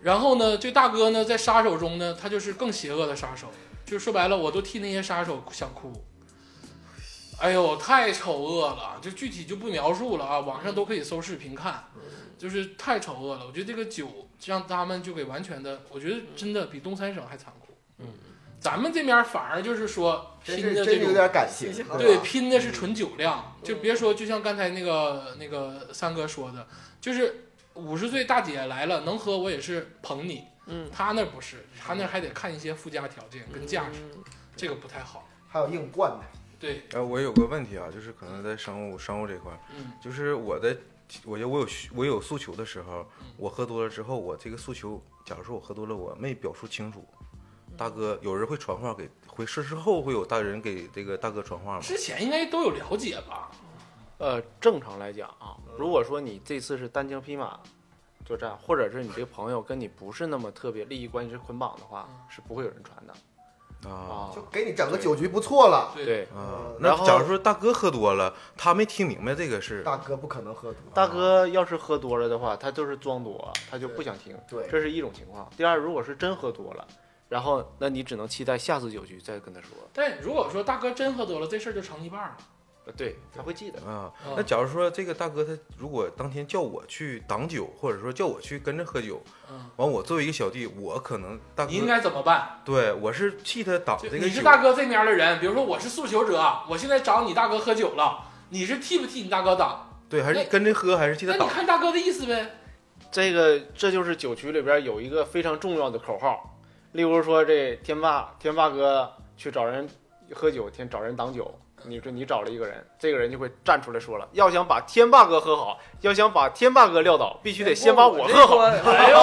然后呢，这大哥呢，在杀手中呢，他就是更邪恶的杀手，就说白了，我都替那些杀手想哭。哎呦，太丑恶了，就具体就不描述了啊，网上都可以搜视频看，就是太丑恶了。我觉得这个酒让他们就给完全的，我觉得真的比东三省还残酷。
嗯，
咱们这边反而就是说
真
拼
是
的
真
这
是有
种。
点感嗯情，吧
对，拼的是纯酒量，就别说，就像刚才那个那个三哥说的，就是五十岁大姐来了，能喝我也是捧你，
嗯，
他那不是，他那还得看一些附加条件跟价值，
嗯
这个不太好。
还有硬灌的，
对，
哎，我有个问题啊，就是可能在商务商务这块儿，
嗯
就是我在我觉得我有需我有诉求的时候
嗯，
我喝多了之后，我这个诉求，假如说我喝多了，我没表述清楚，
嗯
大哥有人会传话给，会事事后会有大人给这个大哥传话吗？
之前应该都有了解吧？
呃，正常来讲啊，如果说你这次是单枪匹马作战，或者是你这个朋友跟你不是那么特别利益关系是捆绑的话，是不会有人传的
哦
啊
嗯啊
就。给你整个酒局不错了。
对，
对，
啊，
嗯
呃
那
然后
假如说大哥喝多了，他没听明白这个是
大哥不可能喝啊多，
大哥要是喝多了的话，他就是装多，他就不想听。
对，
这是一种情况。第二，如果是真喝多了，然后那你只能期待下次酒局再跟他说。
但如果说大哥真喝多了，这事儿就成一半了。
呃，对，他会记得。
啊
嗯。
那假如说这个大哥他如果当天叫我去挡酒，或者说叫我去跟着喝酒，
嗯，
完我作为一个小弟，我可能大哥
你应该怎么办？
对我是替他挡
就
这个酒。
你是大哥这面的人，比如说我是诉求者，我现在找你大哥喝酒了，你是替不替你大哥挡？
对，还
那
是跟着喝，还是替
那
他
你
挡？
看大哥的意思呗。
这个这就是九曲里边有一个非常重要的口号，例如说这天霸天霸哥去找人喝酒，天找人挡酒，你说你找了一个人，这个人就会站出来说了，要想把天霸哥喝好，要想把天霸哥撂倒，必须得先把我喝好。
好。
哎呦，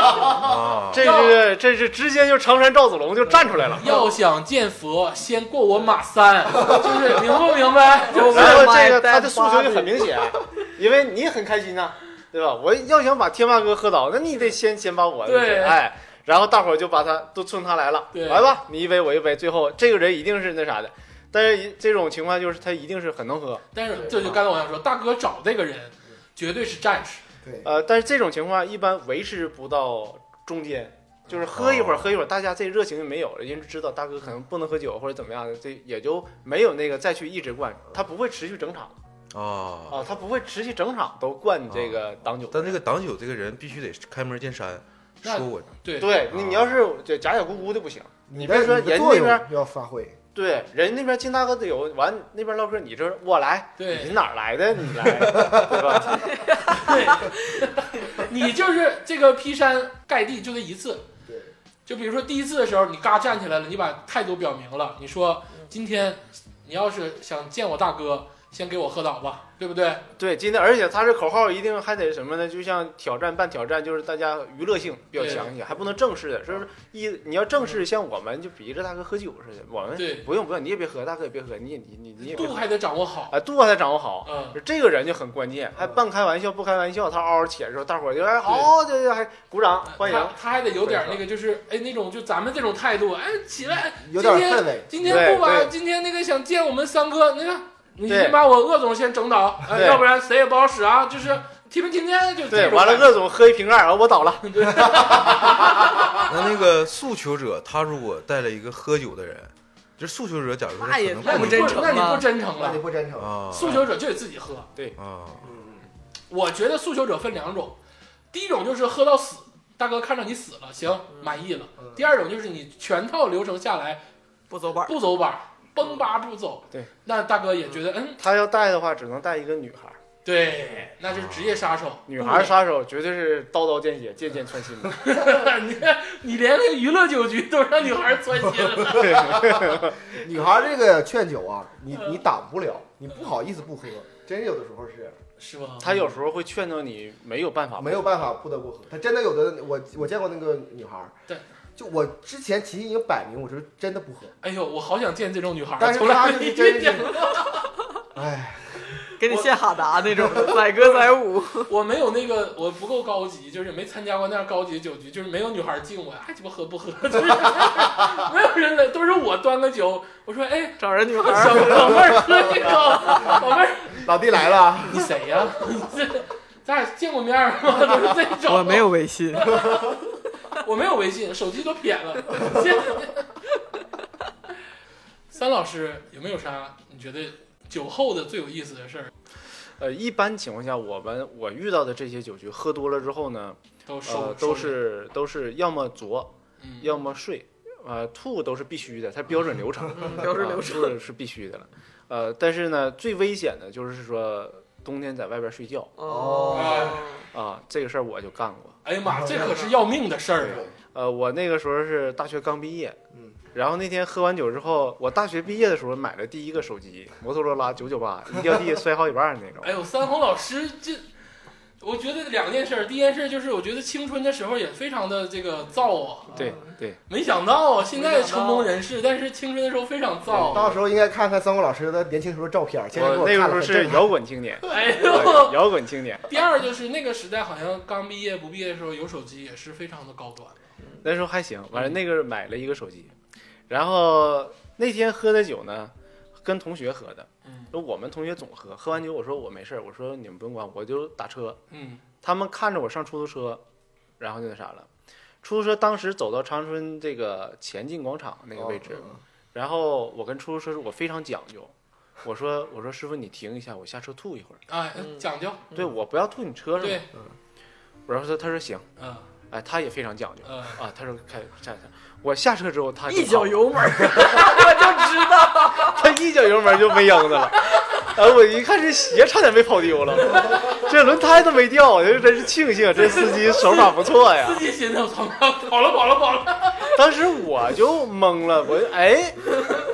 啊，
这是这是直接就常山赵子龙就站出来了。
要想见佛，先过我马三，就是明不明白？ 就
然后这个他的诉求就很明显，啊因为你很开心呐、对吧？我要想把天霸哥喝倒，那你得先先把我
对
哎，然后大伙儿就把他都冲他来了，
对
来吧，你一杯我一杯，最后这个人一定是那啥的。但是这种情况就是他一定是很能喝，
但是这就刚才我想说，大哥找这个人绝对是战士，
对，
呃，但是这种情况一般维持不到中间。就是喝一会儿，
哦
喝一会儿，大家这热情就没有了，因为知道大哥可能不能喝酒或者怎么样的，这也就没有那个再去一直灌，他不会持续整场。
啊，
啊，他不会持续整场都灌你
哦
这个挡酒。
但这个挡酒这个人必须得开门见山，
那
说我
对，啊
对你，你要是就假假咕咕的不行。
你
别
的
说
你的
人
作
那边
用要发挥，
对，人那边金大哥队友完，那边唠嗑，你这我来，
对
你哪儿来的？你 来，对吧？
你就是这个劈山盖地就这一次，
对，
就比如说第一次的时候，你嘎站起来了，你把态度表明了，你说
嗯
今天你要是想见我大哥，先给我喝倒吧，对不对？
对，今天而且他这口号一定还得什么呢？就像挑战办挑战，就是大家娱乐性比较强一些，还不能正式的，是不是？一你要正式，像我们就比着大哥喝酒似的，我们
嗯对
不用不用，你也别喝，大哥也别喝，你也你你你也别
度
喝
还得掌握好，
啊，度还得掌握好，
嗯，
就这个人就很关键，还半开玩笑不开玩笑，他嗷嗷起来的时候，大伙儿就哎好，对对，还鼓掌欢迎
嗯他。他还得有点那个，就是哎那种就咱们这种态度，哎起来，
有点
今天今天
啊
氛围。
不把
对对
今天那个想见我们三哥那个，你
对
先把我鄂总先整倒，哎，
对
要不然谁也不好使啊，就是听没听见就
对，完了，
个
鄂总喝一瓶盖，然后我倒了。
那那个诉求者，他如果带了一个喝酒的人，就是诉求者，假如说
那也
可能
那
不
你
不真
能
诚
那你
啊
不真诚
那你
了，
不真诚，
啊
诉求者就得自己喝，
啊，
我觉得诉求者分两种，第一种就是喝到死，大哥看着你死了，行，满意了；
嗯
第二种就是你全套流程下来
不走板儿，
不走板儿，崩吧不走。
对，
那大哥也觉得，嗯，
他要带的话，只能带一个女孩儿，
对，那就是职业杀手。
女孩儿杀手绝对是刀刀见血，剑剑穿心的。
你看，你连那个娱乐酒局都让女孩钻心了。
女孩这个劝酒啊，你
嗯
你挡不了，你不好意思不喝，真有的时候是这样。
是吗？
他有时候会劝到你没有办法，
没有办法不得不喝。他真的有的，我我见过那个女孩儿，
对，
就我之前其实已经摆明，我就是真的不喝，
哎呦，我好想见这种女孩儿，
但是
从
她
来
就
没
是真
遇
是
见过。，
哎，
给你献哈达那种，载歌载舞。
我没有那个，我不够高级，就是没参加过那样高级的酒局，就是没有女孩敬我，还鸡巴喝不喝， 就是没有人来，都是我端个酒，我说哎，
找人女孩
小
儿，
老妹儿喝一口，老妹儿，
老弟来了，
你谁呀、 你这咱俩见过面吗？ 都是这种，
我没，有微信，
我没有微信，手机都撇了。 三老师有没有啥你觉得酒后的最有意思的事儿？
呃，一般情况下，我们我遇到的这些酒局，喝多了之后呢，
都收、
呃，
收
都是都是要么酌，
嗯
要么睡，呃，吐都是必须的，它标准流程。
流着嗯流着，
啊是是必须的了。呃，但是呢，最危险的就是说冬天在外边睡觉
哦
啊、这个事儿我就干过。
哎呀妈，这可是要命的事儿啊！
呃，我那个时候是大学刚毕业，
嗯，
然后那天喝完酒之后，我大学毕业的时候买了第一个手机，摩托罗拉九九八，一掉地摔好几瓣儿那种。
哎呦，三红老师这，我觉得两件事儿。第一件事就是，我觉得青春的时候也非常的这个燥啊，
对对，
没想到啊，现在成功人士，但是青春的时候非常燥啊。
到时候应该看看三国老师的年轻时候照片，今天给
我那
看
个
了
时候
很
是
震撼
摇滚青年，
哎
对
呦，
摇滚青年，
第二就是那个时代，好像刚毕业不毕业的时候有手机也是非常的高端。
那时候还行。完了那个买了一个手机，然后那天喝的酒呢，跟同学喝的，
嗯
说我们同学总喝，喝完酒我说我没事儿，我说你们不用管，我就打车。
嗯，
他们看着我上出租车，然后就那啥了。出租车当时走到长春这个前进广场
哦
那个位
嗯
置，然后我跟出租车说我非常讲究，我说我说师傅你停一下，我下车吐一会儿，
哎，
嗯
讲究，
嗯对我不要吐你车上。
对，
然后他他说行，
嗯，
哎，他也非常讲究
嗯
啊，他说开下下，我下车之后他就
一脚
跑
油门儿，我就知道。
他一脚油门就没秧子了。 然后我一看这鞋差点被跑丢了，这轮胎都没掉，这真是庆幸这司机手法不错呀
司。机寻思我操，跑了跑了跑了，
当时我就懵了，我就哎，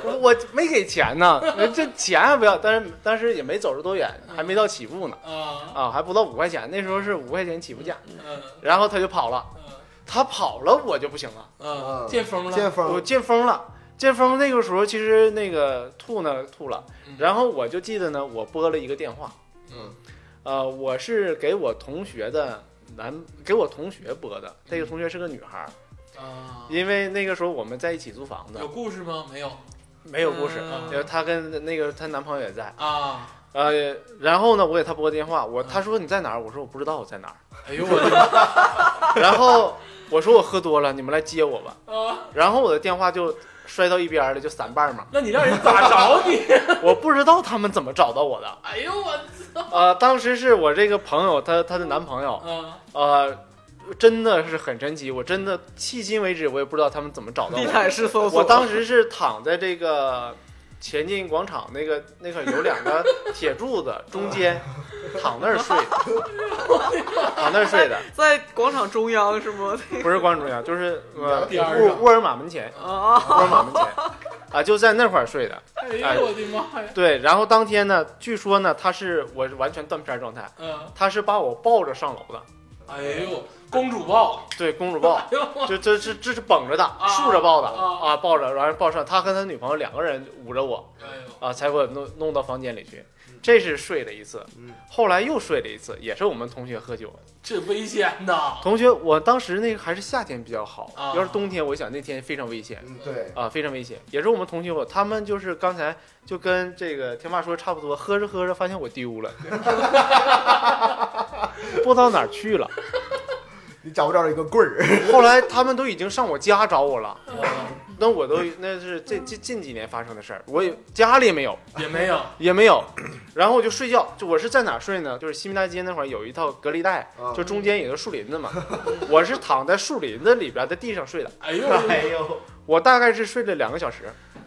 我我没给钱呢，这钱还不要，但是但是也没走出多远，还没到起步呢，
啊，
啊，还不到五块钱，那时候是五块钱起步价。
嗯
然后他就跑了，
嗯
他跑了我就不行了，
嗯，见风了，
见
我
风，
见风了。见风那个时候其实那个吐呢吐了，然后我就记得呢，我拨了一个电话，
嗯，
呃，我是给我同学的男，给我同学拨的，那个同学是个女孩儿，
啊，
因为那个时候我们在一起租房子
有，故事吗？没有
没有故事，啊
嗯
然后她跟那个她男朋友也在，
啊，
呃，然后呢，我给她拨电话，我她说你在哪儿？我说我不知道我在哪儿，
哎呦我的
然后我说我喝多了，你们来接我吧，
妈啊，
然后我的电话就摔到一边儿了，就散瓣儿嘛，
那你让人咋找 你？
我不知道他们怎么找到 我的，
哎呦我，
呃，当时是我这个朋友，她她的男朋友，
啊，
呃，真的是很神奇，我真的迄今为止我也不知道他们怎么 找到
地
我。
毯式搜索，
我当时是躺在这个前进广场那个那块有两个铁柱子 中间，躺那儿睡的，躺那儿睡的，
在广场中央是吗？
不是广场中央，就是呃
边儿上
沃沃尔玛门前，
啊，
沃尔玛门前啊、就在那块儿睡的。
哎呦我的妈呀，
对，然后当天呢，据说呢，他是我是完全断片儿状态，
嗯，
他是把我抱着上楼的，
哎呦，公主抱，
对，公主抱。
哎呦我
就这这这是绷着的，竖着抱的
啊
啊，抱着，然后抱上，他和他女朋友两个人捂着我
哎呦，
啊，才给我弄弄到房间里去。这是睡了一次，
嗯
后来又睡了一次，也是我们同学喝酒。
这危险呐，
同学，我当时那个还是夏天比较好，
啊
要是冬天，我想那天非常危险
嗯，对，
啊，非常危险。也是我们同学，我他们就是刚才就跟这个天霸说差不多，喝着喝着发现我丢了，不知道哪儿去了。
你找不着一个棍儿，
后来他们都已经上我家找我了，那我都那是这近近几年发生的事儿，我也家里也没有，
也没有，
也没有，然后我就睡觉，就我是在哪儿睡呢？就是西民大街那块儿有一套隔离带
啊，
就中间也是树林子嘛， 我是躺在树林子里边儿在地上睡的，
哎 呦我的
呦，我大概是睡了两个小时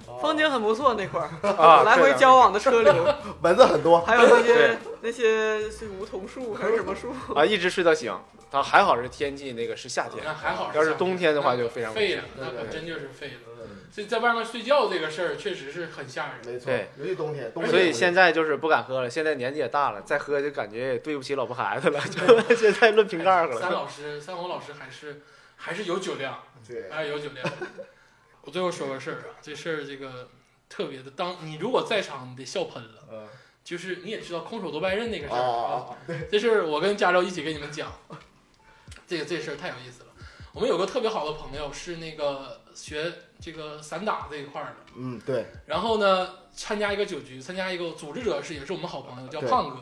哦风景很不错那块儿，
啊，
来
对
回
的
交往的车流，
蚊子很多。
还有那些
对
那些是梧桐树还是什么树，
啊，一直睡到醒，啊，还好是天气那个是夏天，
那还好，
要是冬天的话就非常危
废
险
了，那可真就是废了。
嗯
所以在外面睡觉这个事儿确实是很吓人。
没错
对，
尤其冬天，冬天
所以现在就是不敢喝了，现在年纪也大了，再喝就感觉也对不起老婆孩子了， 就现在论瓶盖儿
三
了。
老师，三红老师还是还是有酒量，
对，
还是有酒量。 我最后说个事儿啊，这事儿这个特别的，当你如果在场，你得笑喷了。
嗯
就是你也知道空手夺白刃那个事
啊
儿
啊
啊，
啊，
这事儿我跟加州一起跟你们讲， 这个这事儿太有意思了。我们有个特别好的朋友是那个学这个散打这一块儿的，
嗯，对，
然后呢参加一个酒局，参加一个组织者是也是我们好朋友，叫
对
胖哥，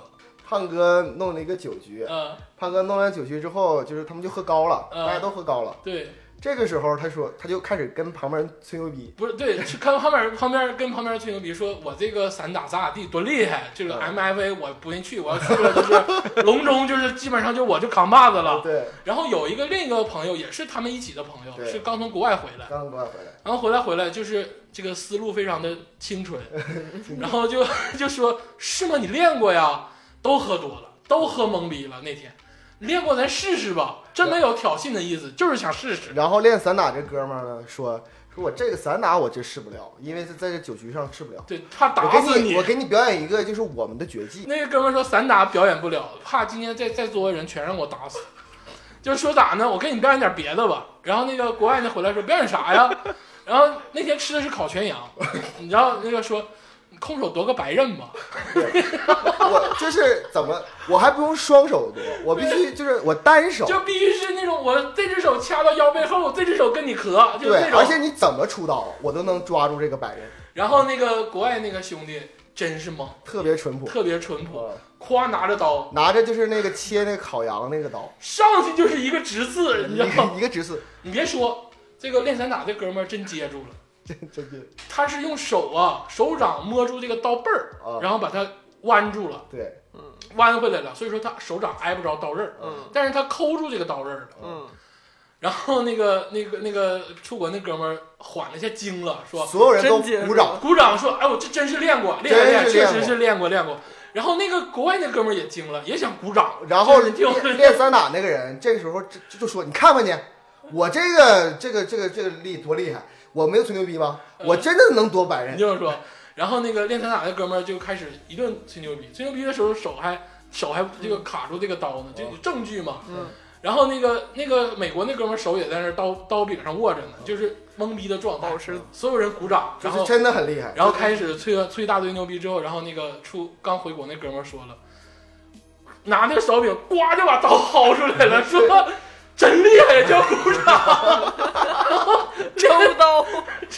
胖哥弄了一个酒局，
呃，
胖哥弄完酒局之后，就是他们就喝高了，
嗯
大家都喝高了。
对，
这个时候他说，他就开始跟旁边人吹牛逼，
不是对，是看旁边旁边跟旁边吹牛逼，说我这个散打咋咋地多厉害，这个
嗯
MFA 我不愿意去，我要去了就是笼中就是基本上就我就扛把子了。
对，
然后有一个另一个朋友也是他们一起的朋友，
对
是刚从国外回来，
刚过来回来，
然后回来回来就是这个思路非常的清 纯，然后就就说是吗？你练过呀？都喝多了，都喝懵逼了那天。练过咱试试吧，真没有挑衅的意思，就是想试试。
然后练散打这哥们儿呢说，说我这个散打我真试不了，因为是在这酒局上试不了。
对他
我
打死
给我给你表演一个就是我们的绝 技，
那个哥们儿说散打表演不了，怕今天在在座的人全让我打死。就是说咋呢？我给你表演点别的吧。然后那个国外那回来说表演啥呀？然后那天吃的是烤全羊，你知道那个说空手夺个白刃吧。
我就是怎么我还不用双手夺，我必须就是我单手，
就必须是那种我这只手掐到腰背后，这只手跟你磕，就是
对
那，
而
种。
且你怎么出刀我都能抓住这个百人，
然后那个国外那个兄弟真是猛，
特别淳朴。
特别淳朴，
嗯
夸拿着刀
拿着就是那个切那个烤羊那个刀，
上去就是一个直刺，你
一
知道吗？
个一个直刺，
你别说，这个练散打这哥们儿真接住了，
真的
他是用手啊手掌摸住这个刀背儿，
啊
然后把它弯住了，
对，
弯回来了，所以说他手掌挨不着刀刃儿，
嗯
但是他抠住这个刀刃儿了。
嗯，
然后那个那个那个出国那哥们儿缓了一下惊了，说
所有人都
真结实
鼓掌，
鼓掌说：“哎，我这真是练过，练
真
练，
是
确
练
实
过
是练过练过。”然后那个国外那哥们儿也惊了，也想鼓掌，
然后
就是就
练练散打那个人，这个时候就就就说：“你看吧你，我这个这个这个这个厉多厉害，我没有吹牛逼吧？我真的能夺百
嗯你
人。
听我说，然后那个练散打的哥们儿就开始一顿吹牛逼，吹牛逼的时候手还手还这个卡住这个刀呢，就有证据嘛。
哦嗯。
然后那个那个美国那哥们儿手也在那儿刀刀柄上握着呢，就是懵逼的状态
保。持
所有人鼓掌，”
就
然
是
后
真的很厉害。
然后开始吹了吹一大堆牛逼之后，然后那个出刚回国那哥们儿说了，拿那个手柄呱就把刀薅出来了， 说真厉害，叫鼓掌。
抽刀，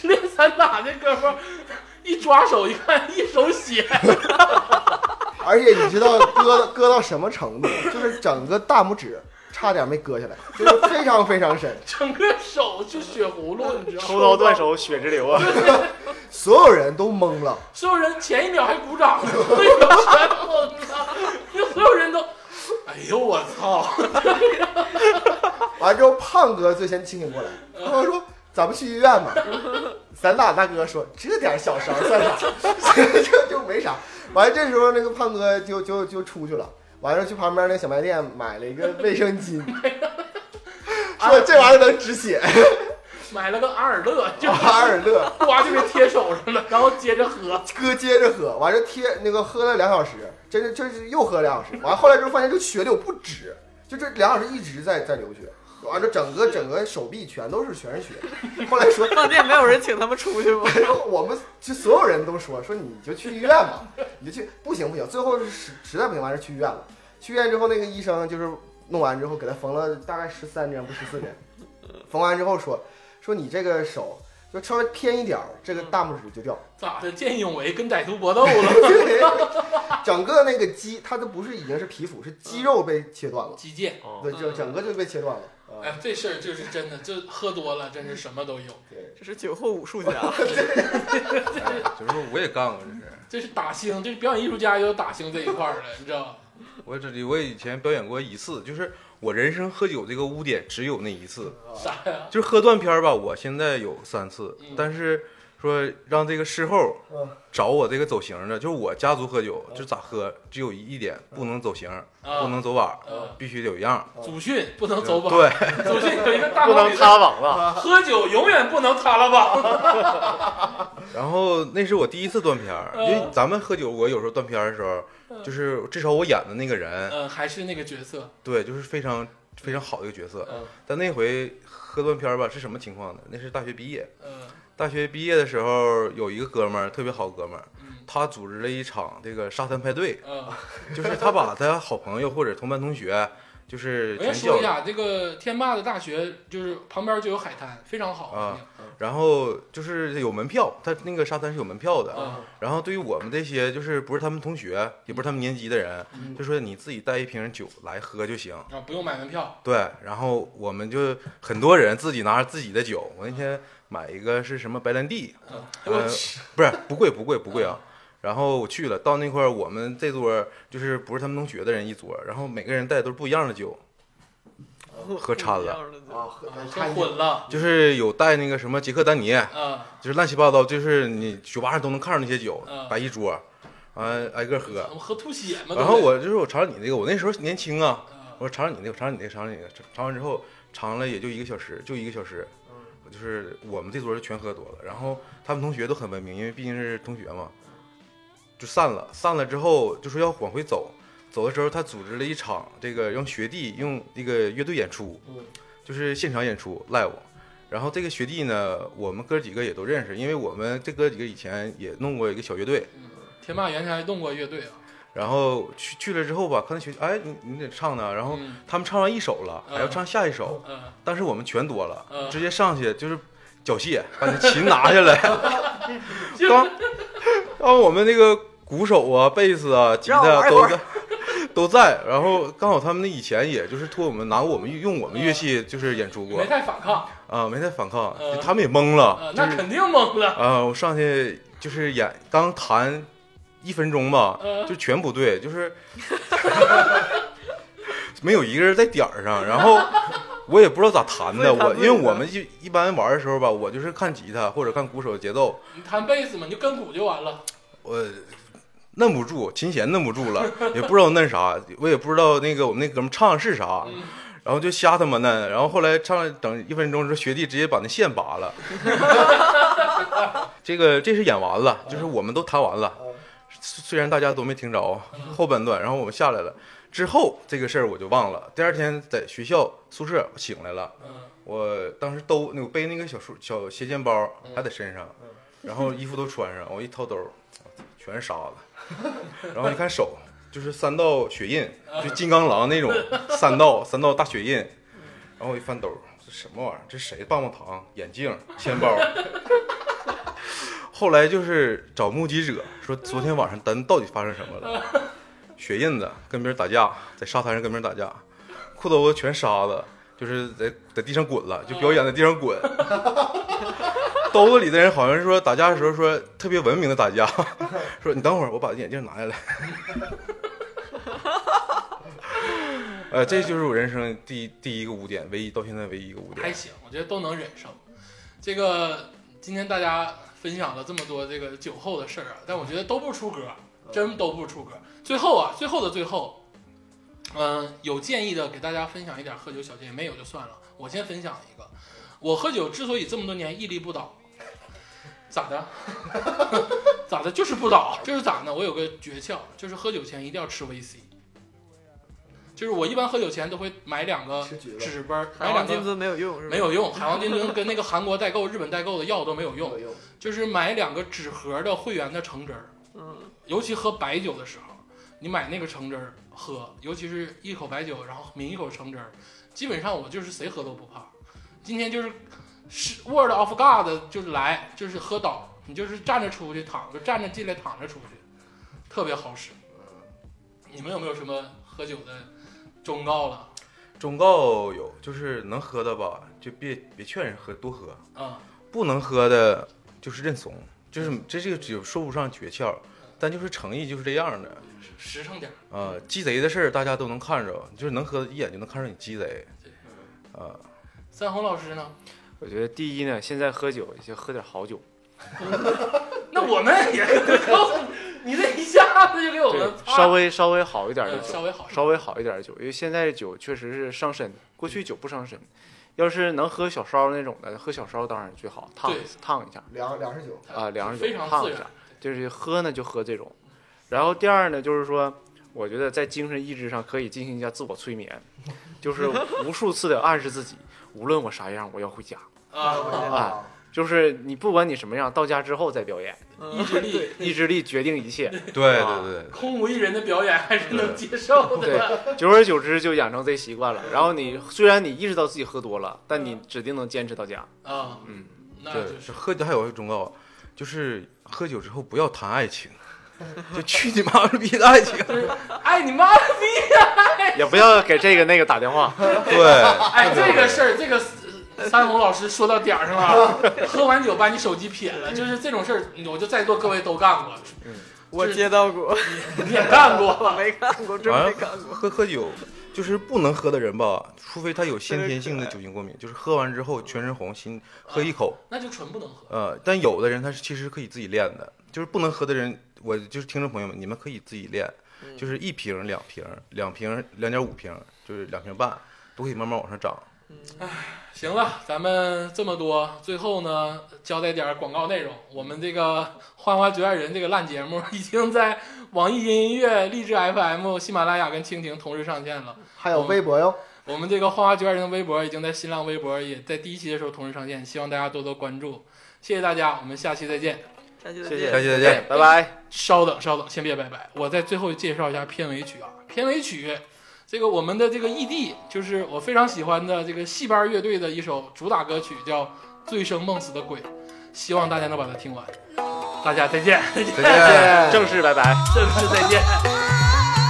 练散打那哥们儿一抓手一看，一手血。
而且你知道割割到什么程度？就是整个大拇指差点没割下来，就是非常非常深。
整个手就血葫芦，你知道吗？
呃抽刀断，手，血直流啊！
所有人都懵了，
所有人前一秒还鼓掌， 所有人全懵了，就所有人都，哎呦我操！
完之后胖哥最先清醒过来，胖哥说：“咱们去医院吧。”散打大哥说：“这点小伤算啥？ 这就没啥。”完了这时候那个胖哥就就就出去了，完了去旁边那小卖店买了一个卫生巾，说这玩意儿能止血，
买了个阿尔勒，就
阿尔乐。
呱就给贴手上了， 然后接着喝。
哥接着喝，完了贴那个喝了两小时，真是这是又喝两小时，完了后来之后发现这血流不止，就这两小时一直在在流血，完了整个整个手臂全都是全是血，后来说
饭店没有人请他们出去吗？
然后我们就所有人都说 说你就去医院吧， 你就去不行不行，最后是实实在不行完事去医院了。去医院之后，那个医生就是弄完之后给他缝了大概十三针不十四针，缝完之后说说你这个手就稍微偏一点儿，这个大拇指就掉。
咋的？见义勇为，跟歹徒搏斗了，
整个那个肌，它都不是已经是皮肤，是肌肉被切断了，
击剑。
对，整整个就被切断了。
哦
啊，
哎，这事儿就是真的，就喝多了，真是什么都有。
对，
这是酒后武术家，
哎就是说我也干过，这是。
这是打星，这表演艺术家也有打星这一块儿的，你知道吗？
我这里我以前表演过一次，就是我人生喝酒这个污点只有那一次，
啥呀？
就是喝断片儿吧。我现在有三次
嗯，
但是说让这个事后
嗯
找我这个走形的，就是我家族喝酒就是咋喝，只有一点不能走形，
嗯啊
不能走碗
嗯，
必须得有样。
祖训不能走吧？
对，
祖训有一个大
不
道
能
理，
塌网了，
喝酒永远不能塌了吧？
然后那是我第一次断片儿，因
嗯
为咱们喝酒，我有时候断片儿的时候，就是至少我演的那个人，
嗯，还是那个角色，
对，就是非常非常好的一个角色。
嗯
但那回喝断片儿吧，是什么情况呢？那是大学毕业，
嗯
大学毕业的时候，有一个哥们儿，特别好哥们儿
嗯，
他组织了一场这个沙滩 派对，
嗯。
就是他把他好朋友或者同班同学，就是
我要
全
说一
叫，
下，这个天霸的大学就是旁边就有海滩，非常好。
啊然后就是有门票，他那个沙滩是有门票的。
嗯
然后对于我们这些就是不是他们同学，也不是他们年级的人，
嗯
就说你自己带一瓶酒来喝就行。
啊，不用买门票。
对，然后我们就很多人自己拿着自己的酒，我那天买一个是什么白兰地，
嗯，
呃
我去，
不是不贵不贵不贵啊。然后我去了，到那块儿我们这桌儿就是不是他们同学的人一桌儿，然后每个人带的都是不一样的酒，喝掺了，
啊，喝
啊
差
太
一
混了。
就是有带那个什么杰克丹尼，
啊，
就是乱七八糟，就是你酒吧上都能看着那些酒
嗯，
摆一桌儿，完挨个喝
我。们喝吐血嘛。
然后
对不对
我就是我尝尝你那个，我那时候年轻啊，
啊
我说尝尝你那个，尝尝你那个，尝尝你那个，尝完之后尝了也就一个小时，就一个小时，
嗯
就是我们这桌就全喝多了，然后他们同学都很文明，因为毕竟是同学嘛，就散了。散了之后就说要往回走，走的时候他组织了一场这个让学弟用那个乐队演出，
嗯
就是现场演出 live。然后这个学弟呢，我们哥几个也都认识，因为我们这哥几个以前也弄过一个小乐队，
嗯天霸原先还动过乐队啊。
然后去去了之后吧，看那学弟，哎，你你得唱呢，然后
嗯
他们唱完一首了，还要
嗯
唱下一首，
嗯，
但是我们全多了，
嗯
直接上去就是缴械，把那琴拿下来。 当当我们那个鼓手啊、贝斯啊、吉他
让我
啊
玩一
都
会儿
在都在，然后刚好他们那以前也就是托我们拿我们用我们乐器就是演出过
没太反抗，
啊、没太反抗，
嗯
就他们也懵了
啊，，那肯定懵了。
啊、我上去就是演刚弹一分钟吧，
嗯
就全不 对，就是没有一个人在点儿上，然后我也不知道咋弹的，
不会弹
我因
不会
为
弹
我们一一般玩的时候吧，我就是看吉他或者看鼓手的节奏，
你弹贝斯嘛，你就跟鼓就完了。
我摁不住，琴弦摁不住了，也不知道摁啥，我也不知道那个我们那哥们唱的是啥，然后就瞎他妈摁，然后后来唱等一分钟之后，学弟直接把那线拔了。这个这是演完了，就是我们都弹完了，虽虽然大家都没听着后半段，然后我们下来了之后，这个事儿我就忘了。第二天在学校宿舍我醒来了。
嗯，
我当时兜那个背那个小书小斜肩包还在身上，然后衣服都穿上，我一掏兜，全是沙子，然后一看手就是三道血印，就金刚狼那种三道三道大血印，然后我一翻兜，这什么玩意儿？这谁的棒棒糖、眼镜、钱包？后来就是找目击者说，昨天晚上咱到底发生什么了？血印子跟别人打架，在沙滩上跟别人打架，裤兜子全沙子，就是在在地上滚了，就表演在地上滚。兜子里的人好像是说打架的时候说特别文明的打架，说你等会儿我把眼镜拿下来。呃，这就是我人生第一第一个污点，唯一到现在唯一一个污
还
点。
行，我觉得都能忍受。这个今天大家分享了这么多这个酒后的事儿啊，但我觉得都不出格，真都不出格。最后啊，最后的最后，嗯、有建议的给大家分享一点喝酒小建议，没有就算了。我先分享一个，我喝酒之所以这么多年屹立不倒，咋的？ 咋的？就是不倒，就是咋呢？我有个诀窍，就是喝酒前一定要吃维 C。就是我一般喝酒前都会买两个
吃橘子
纸杯儿，买
海
两
王
个
金樽没有用是吧？
没有用，海王金樽跟那个韩国代购、日本代购的药都没有用
没，用，
就是买两个纸盒的会员的橙汁儿，
嗯，
尤其喝白酒的时候，你买那个橙汁儿喝，尤其是一口白酒，然后抿一口橙汁儿，基本上我就是谁喝都不怕。今天就是是 Word of God 就是来，就是喝倒，你就是站着出去，躺着站着进来，躺着出去，特别好使。你们有没有什么喝酒的忠告了？
忠告有，就是能喝的吧，就别别劝人喝，多喝。
啊、
不能喝的，就是认怂，就是这是个只有说不上诀窍，但就是诚意就是这样的。
实诚点儿。
啊、鸡贼的事儿大家都能看着，就是能喝的一眼就能看出你鸡贼。啊、
三红老师呢？
我觉得第一呢，现在喝酒就喝点好酒，
那我们也告诉 你，你这一下子就给我
对
们，啪
稍微稍微好一点的
嗯
酒，
稍微好一点。
稍微好一点的酒，因为现在的酒确实是伤身，过去酒不伤身。要是能喝小烧那种的，喝小烧当然最好，烫
对
烫一下
粮粮食酒，
啊，凉
非
着酒
常
烫
自
一
然
下，就是喝呢就喝这种。然后第二呢，就是说，我觉得在精神意志上可以进行一下自我催眠，就是无数次的暗示自己，无论我啥样，我要回家。
啊，
啊，就是你不管你什么样，到家之后再表演，
意志力
意志力决定一切。
对对
啊
对，
空无一人的表演还是能接受
对
的。，
久而久之就养成这习惯了。然后你虽然你意识到自己喝多了，但你指定能坚持到家。
啊，
嗯，
那
对，
就是
是喝酒还有一个忠告，啊就是喝酒之后不要谈爱情，
嗯
就去你妈了逼的爱情。
爱哎你妈了逼！
也不要给这个那个打电话。
对，
哎，这个事儿，这个呃三红老师说到点儿上了啊。 喝完酒把你手机撇了，就是这种事儿，我就在座各位都干 过，
我接到过，
你也干过。
没干过，真
完
没
了
干过。
喝喝酒就是不能喝的人吧，除非他有先天性的酒精过敏，就是喝完之后全身红，心喝一口
那就纯不能喝。
呃，但有的人他是其实可以自己练的，就是不能喝的人，我就是听众朋友们，你们可以自己练，
嗯
就是一瓶、两瓶、两瓶、两点五瓶，就是两瓶半，都可以慢慢往上 涨。
行了，咱们这么多，最后呢交代点儿广告内容。我们这个《花花局爱人》这个烂节目已经在网易云音乐、荔枝 FM、喜马拉雅跟蜻蜓同时上线了。
还有微博哟，
我们这个《花花局爱人》的微博已经在新浪微博也在第一期的时候同时上线，希望大家多多关注。谢谢大家，我们下期再见。
下期再
谢
见
谢，
下期 再见
拜拜。
稍等，稍等，先别拜拜，我再最后介绍一下片尾曲啊。片尾曲，这个我们的这个异地，就是我非常喜欢的这个戏班乐队的一首主打歌曲，叫《醉生梦死的鬼》，希望大家能把它听完。大家再见，再见，
再见。
正式拜拜。
正式再见。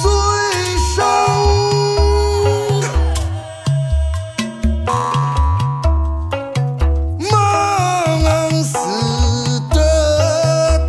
醉生梦死的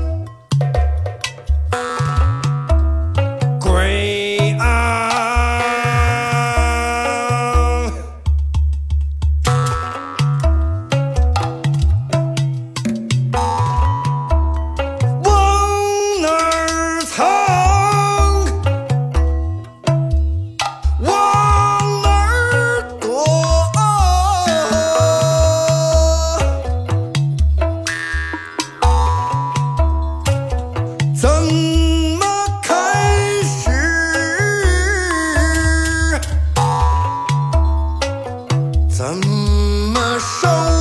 怎么收
아, Oh,